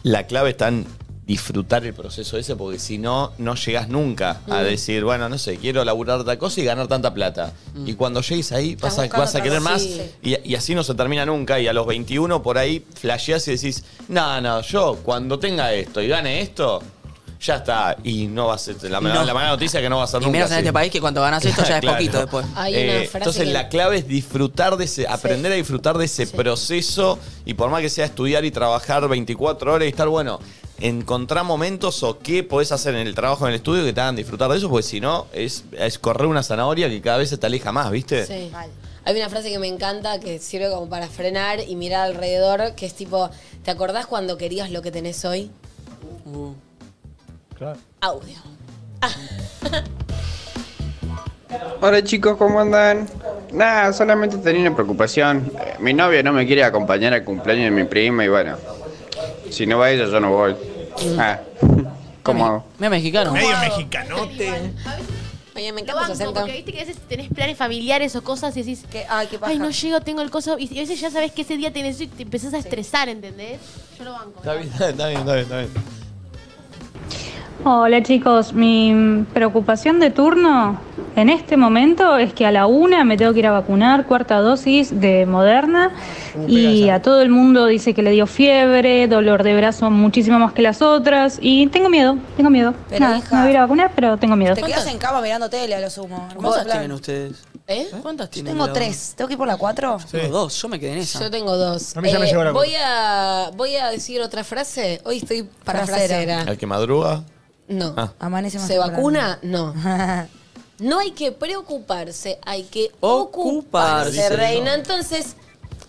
la clave está en disfrutar el proceso ese porque si no, no llegas nunca a decir, bueno, no sé, quiero laburar tal cosa y ganar tanta plata. Y cuando llegues ahí vas a, buscando vas a otra querer cosa, más sí. y, y así no se termina nunca y a los 21 por ahí flasheás y decís, no, no, yo cuando tenga esto y gane esto, ya está. Y no va a ser, la, no. la mala noticia es que no va a ser Y nunca menos en así. este país que cuando ganas esto ya es Claro. poquito después. Hay una frase entonces que- la clave es disfrutar de ese, aprender a disfrutar de ese proceso y por más que sea estudiar y trabajar 24 horas y estar bueno, encontrar momentos o qué podés hacer en el trabajo en el estudio que te hagan disfrutar de eso, porque si no es, es correr una zanahoria que cada vez se te aleja más, ¿viste? Sí. Hay una frase que me encanta que sirve como para frenar y mirar alrededor, que es tipo, ¿te acordás cuando querías lo que tenés hoy? Uh. Claro. Audio. Hola chicos, ¿cómo andan? Nada, solamente tenía una preocupación. Eh, Mi novia no me quiere acompañar al cumpleaños de mi prima y bueno, Si no va ella, yo no voy. Mm. Ah, [laughs] ¿Cómo hago? Medio mexicano. Medio mexicanote. Oye, me encanta encanta su acento. Porque viste que a veces tenés planes familiares o cosas y decís, ay, qué Ay, no llego, tengo el coso. Y a veces ya sabes que ese día tenés y te empezás a estresar, ¿entendés? Yo lo banco. Está bien, está bien, está bien. Está bien. Hola chicos, mi preocupación de turno en este momento es que a la una me tengo que ir a vacunar, cuarta dosis de Moderna y a todo el mundo dice que le dio fiebre, dolor de brazo muchísimo más que las otras y tengo miedo, tengo miedo. Pero, Nada, hija, me voy a ir a vacunar, pero tengo miedo. Te quedas en cama mirando tele a lo sumo. ¿Cuántas Hermoso plan. tienen ustedes? ¿Eh? ¿Cuántas tienen? Tengo la- tres. ¿Tengo que ir por [laughs] la cuatro? Tengo dos, yo me quedé en esa. Yo tengo dos. Eh, A mí ya me llegó la voy a Voy a decir otra frase. Hoy estoy Ah. parafrasera. Al que madruga. No. Ah. Amanece más ¿Se temprano. vacuna? No. No hay que preocuparse, hay que ocuparse, Dice, ¿no? reina. Entonces,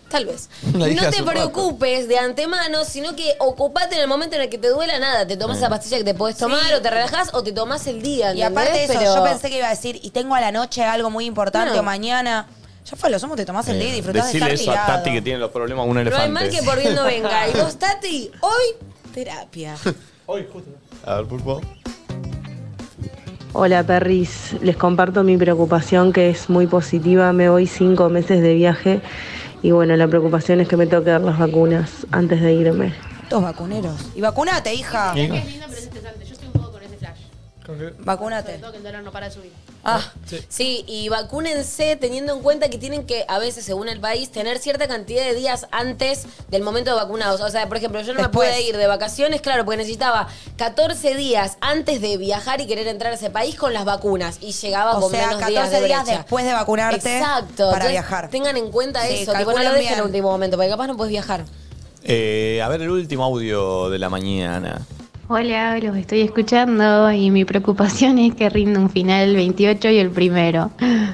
tal [laughs] vez. La dije No hace te un rato. preocupes de antemano, sino que ocupate en el momento en el que te duela nada. Te tomas Mm. la pastilla que te podés tomar, o te relajás, o te tomás el día. Y aparte de eso, ¿entendés? Pero- yo pensé que iba a decir, y tengo a la noche algo muy importante No. o mañana. Ya fue, lo somos, te tomás el día y disfrutás de estar Decirle Eh, eso a tirado. Tati que tiene los problemas un No hay elefante. mal que por bien [laughs] no venga. Y vos, Tati, hoy, terapia. Hoy, justo. A ver, pulpo. Hola perris, les comparto mi preocupación que es muy positiva. Me voy cinco meses de viaje y bueno, la preocupación es que me toque dar las vacunas antes de irme. Todos vacuneros. Y vacunate, hija. Bien. Es lindo, pero es estresante. Yo estoy un poco con ese flash. Sobre Ah, Vacunate. todo que el dólar no para de subir. Ah, sí. y vacúnense teniendo en cuenta que tienen que, a veces, según el país, tener cierta cantidad de días antes del momento de vacunados. O sea, por ejemplo, yo no Después. me pude ir de vacaciones, claro, porque necesitaba 14 días antes de viajar y querer entrar a ese país con las vacunas. Y llegaba O con sea, menos 14 días días, de brecha. después de vacunarte Exacto. para Entonces, viajar. Tengan en cuenta Sí, eso, tipo, no lo calculen dejen bien. en el último momento, porque capaz no puedes viajar. Eh, a ver el último audio de la mañana. Hola, los estoy escuchando y mi preocupación es que rinda un final el 28 y el primero.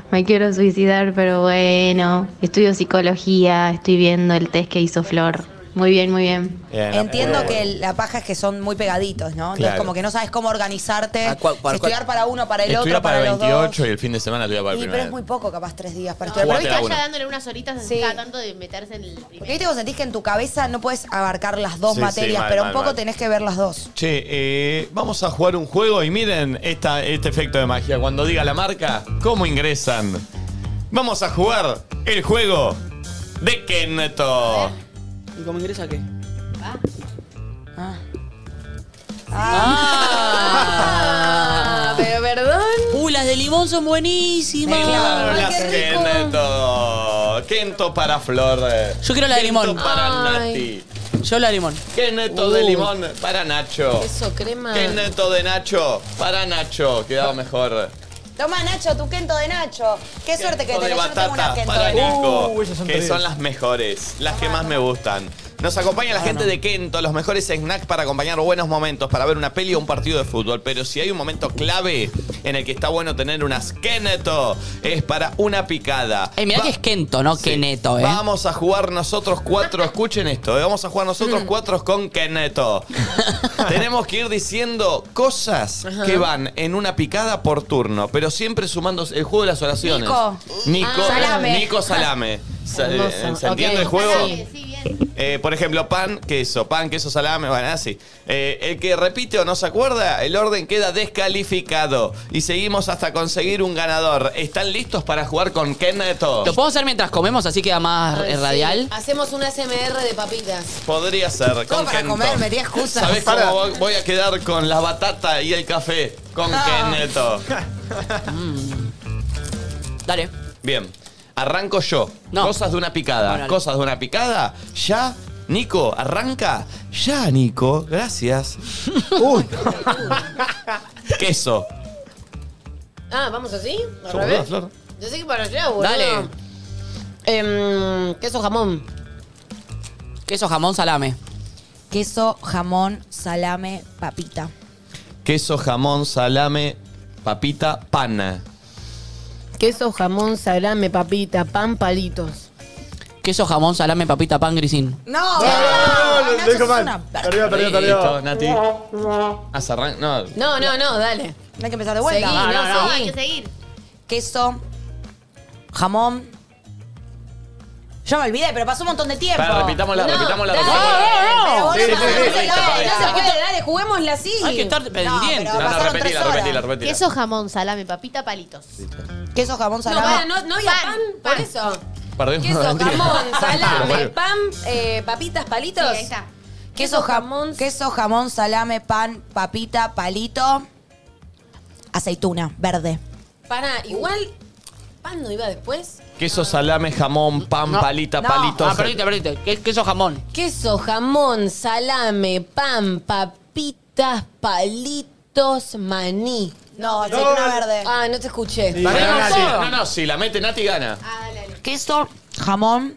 Me quiero suicidar, pero bueno, estudio psicología, estoy viendo el test que hizo Flor. Muy bien, muy bien. Entiendo Eh. que la paja es que son muy pegaditos, ¿no? Entonces, Claro. Ah, como que no sabes cómo organizarte. cuál- para si estudiar cuál? para uno, para el Estudia otro, para para, el los dos. 28 y el fin de semana estudia para el Y, pero es primero. muy poco, capaz, tres días para Pero estudiar. vos Jugate la estás ya una. dándole unas horitas cada tanto de meterse en el primero. Porque viste, vos sentís que en tu cabeza no puedes abarcar las dos Sí, sí, materias, mal, pero mal, un poco mal. tenés que ver las dos. Che, eh, vamos a jugar un juego y miren esta, este efecto de magia. Cuando diga la marca, ¿cómo ingresan? Vamos a jugar el juego de Keneto. ¿Y cómo ingresa qué? Ah, pero perdón. Uh, las de limón son buenísimas. Las Keneto. Kento para Flor. Yo quiero la de limón. para Ay. Nati. Yo la de limón. Keneto de Uh. limón para Nacho. Eso, crema. Keneto de Nacho para Nacho. Quedaba mejor. Toma, Nacho, tu quento de Nacho. Qué suerte que Kento de tenés. Yo tengo una batata quento para de Nacho. Nico, Uh, esas son que terribles. son las mejores, las que más me gustan. Nos acompaña Ah, la gente de Kento, los mejores snacks para acompañar buenos momentos, para ver una peli o un partido de fútbol. Pero si hay un momento clave en el que está bueno tener unas Keneto, es para una picada. Eh, mirá que es Kento, no Keneto, eh. Vamos a jugar nosotros cuatro, escuchen esto, eh, vamos a jugar Mm. nosotros cuatro con [laughs] Keneto. Tenemos que ir diciendo cosas Ajá. que van en una picada por turno, pero siempre sumando el juego de las oraciones. Nico. Nico Ah. Salame. Nico [laughs] Salame. Sa- eh, Hermoso, ¿Se entiende ok. el juego? Sí, Eh, por ejemplo, pan, queso, pan, queso, salame, bueno, así. Eh, el que repite o no se acuerda, el orden queda descalificado. Y seguimos hasta conseguir un ganador. ¿Están listos para jugar con Keneto? Lo podemos hacer mientras comemos, así queda más eh, Sí. radial. Hacemos una SMR de papitas. Podría ser. ¿Cómo Con para Keneto. comer? Me di excusas. ¿Sabés Para. cómo voy- voy a quedar con la batata y el café? Con Ah. Keneto. Dale. Bien. Arranco yo. Cosas de una picada. Bueno, dale. Cosas de una picada. Ya. Nico, arranca. Ya, Nico. [laughs] Gracias. Uy. Queso. Ah, ¿vamos así? ¿Al Yo, revés? boluda, Flor. Yo sé que para allá, boludo. Dale. Em, queso jamón. Queso, jamón, salame. Queso, jamón, salame, papita. Queso, jamón, salame, papita, pana. Queso, jamón, salame, papita, pan, palitos. Queso, jamón, salame, papita, pan, grisín. No, no, no, Nacho, lo dijo sos mal. una- Perdió, perdió, Listo, perdió. Nati. Has arran- No. No, no, no, dale. Hay que empezar de vuelta. Seguí, Ah, no, no, no. seguí. Hay que seguir. Queso, jamón, Yo me olvidé, pero pasó un montón de tiempo. Pará, repitámosla, No, repitámosla, dale, repitámosla. pero vos Sí, sí, no sí, pasás sí, el está aire, bien. no se puede, dale, juguémosla así. Hay que estar pendiente. Ah, No, no, repetila, repetila, repetila. Queso, jamón, salame, papita, palitos. Queso, jamón, No, para, no, no había pan, por eso. Perdón, [laughs] Queso, [laughs] jamón, salame, Bueno. pan, eh, papitas, palitos. Sí, ahí está. Queso, jamón. Queso, jamón, salame, pan, papita, palito. Aceituna, verde. Para, igual, pan no iba después. Queso, salame, jamón, pan, No. palita, No. palito. Ah, perdiste, perdiste. Que- Queso jamón. Queso, jamón, salame, pan, papitas, palitos, maní. No, aceituna No. verde. Ah, no te escuché. No, no, no, sí, no, no, si la mete Nati gana. Queso, jamón,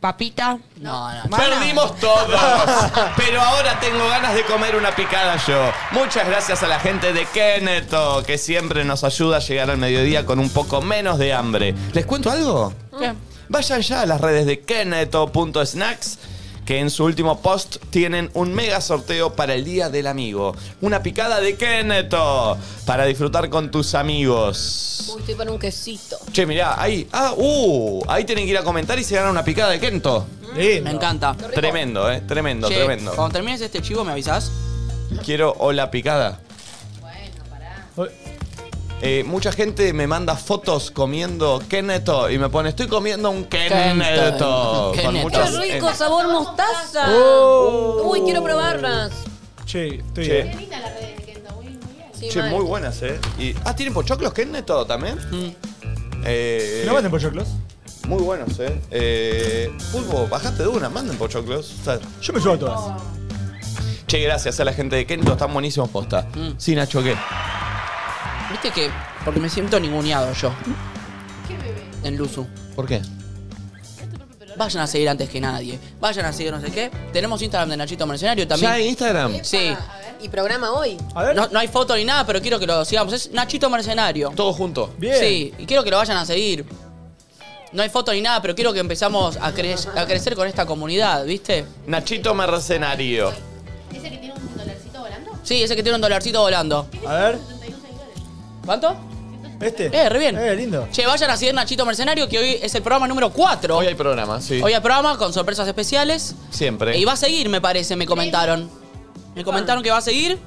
papita. No, no. Perdimos todos, pero ahora tengo ganas de comer una picada yo. Muchas gracias a la gente de Keneto, que siempre nos ayuda a llegar al mediodía con un poco menos de hambre. ¿Les cuento algo? Vayan ya a las redes de keneto.snacks, que en su último post tienen un mega sorteo para el Día del Amigo. Una picada de Keneto para disfrutar con tus amigos. Uy, estoy para un quesito. Che, mirá, ahí. Ah, uh, ahí tienen que ir a comentar y se ganan una picada de Kento. Me encanta. Tremendo, eh. Tremendo, Che, tremendo. Cuando termines este chivo, me avisás. Quiero hola picada. Bueno, Eh, mucha gente me manda fotos comiendo Keneto y me pone, estoy comiendo un Keneto. Con Qué muchos- Oh. rico, sabor mostaza. Uy, quiero probarlas. Che, estoy Che. Sí, Che, mal. muy buenas, eh. Y- ah, ¿tienen pochoclos Keneto también? Mm. Eh, ¿No manden pochoclos? Muy buenos, eh. eh Pulpo, bajate de una, manden pochoclos. O sea, Yo me llevo todas. che, gracias a la gente de Keneto, están buenísimos posta. Mm. Sí, Nacho, ¿qué? Viste que. Porque me siento ninguneado yo. En Luzu. ¿Por qué? Vayan a seguir antes que nadie. Vayan a seguir no sé qué. Tenemos Instagram de Nachito Mercenario también. ¿Ya hay Instagram? Sí. Y programa hoy. No, no hay foto ni nada, pero quiero que lo sigamos. Es Nachito Mercenario. Todo junto. Bien. Sí, y quiero que lo vayan a seguir. No hay foto ni nada, pero quiero que empezamos a, cre- a crecer con esta comunidad, ¿viste? Nachito Mercenario. ¿Ese que tiene un dolarcito volando? Sí, ese que tiene un dolarcito volando. A ver. ¿Cuánto? Este. Eh, re bien. Eh, lindo. Che, vayan a seguir Nachito Mercenario, que hoy es el programa número 4. Hoy hay programa, sí. Hoy hay programa con sorpresas especiales. Siempre. Y va a seguir, me parece, me comentaron. Me comentaron que va a seguir.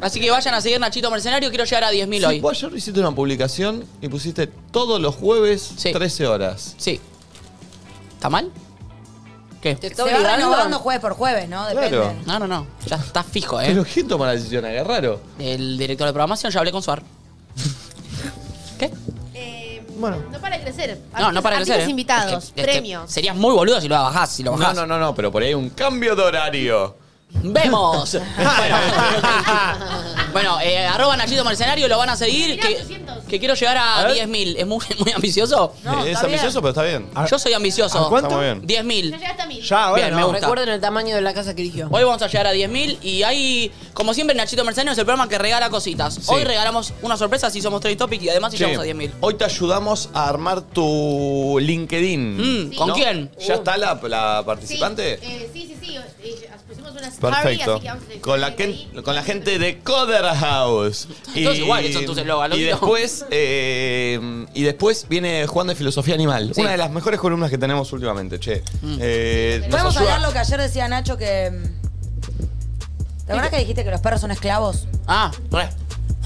Así que vayan a seguir Nachito Mercenario, quiero llegar a 10.000 Sí, hoy. vos ayer hiciste una publicación y pusiste todos los jueves 13 horas. Sí. ¿Está mal? ¿Qué? Se va renovando jueves por jueves, ¿no? Depende. Claro. No, no, no. Ya está fijo, ¿eh? Pero ¿quién toma la decisión? Agarraro. El director de programación, ya hablé con Suar. Bueno. Eh, No para de crecer. No, no para crecer. Artistas ¿eh? invitados, Es que- es que premios. serías muy boludo si lo bajás, si lo No, bajás. no, no, no, pero por ahí hay un cambio de horario. [laughs] ¡Vemos! [laughs] bueno, eh, arroba Nachito Mercenario, lo van a seguir. Que, que quiero llegar a, 10.000. ¿Es muy, [laughs] muy ambicioso? Eh, es ambicioso, pero está bien. Yo soy ambicioso. Ah. ¿A cuánto? Ah, Está muy bien. 10.000. Ya, ahora Bien, no. me gusta. Recuerden el tamaño de la casa que eligió. Hoy vamos a llegar a 10.000 y hay, como siempre, Nachito Mercenario es el programa que regala cositas. Hoy regalamos una sorpresa si somos Trade Topic y además si Che, llegamos a 10.000. Hoy te ayudamos a armar tu LinkedIn. Mm, Sí. ¿con quién? ¿Ya está la, la Sí, participante? eh, sí, sí, sí. eh, pusimos una story, Perfecto. así que vamos a Con la, gen- con la gente de Coder House. Todos iguales son tus eslogans, lo y mismo. después, eh, y después viene Juan de Filosofía Animal. Sí. Mm. Una de las mejores columnas que tenemos últimamente, che. Eh, nos Podemos ayuda- hablar lo que ayer decía Nacho que. mm, ¿Te acuerdas que dijiste que los perros son esclavos? Ah, re.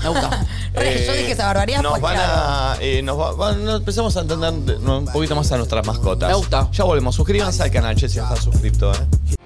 Me gusta. Re, [laughs] yo dije esa barbaridad, Eh, Nos pues, van a. eh, nos va- van- nos empezamos a entender de- no, un poquito más a nuestras mascotas. Me gusta. Ya volvemos. Suscríbanse al canal, che, si no estás suscrito, eh.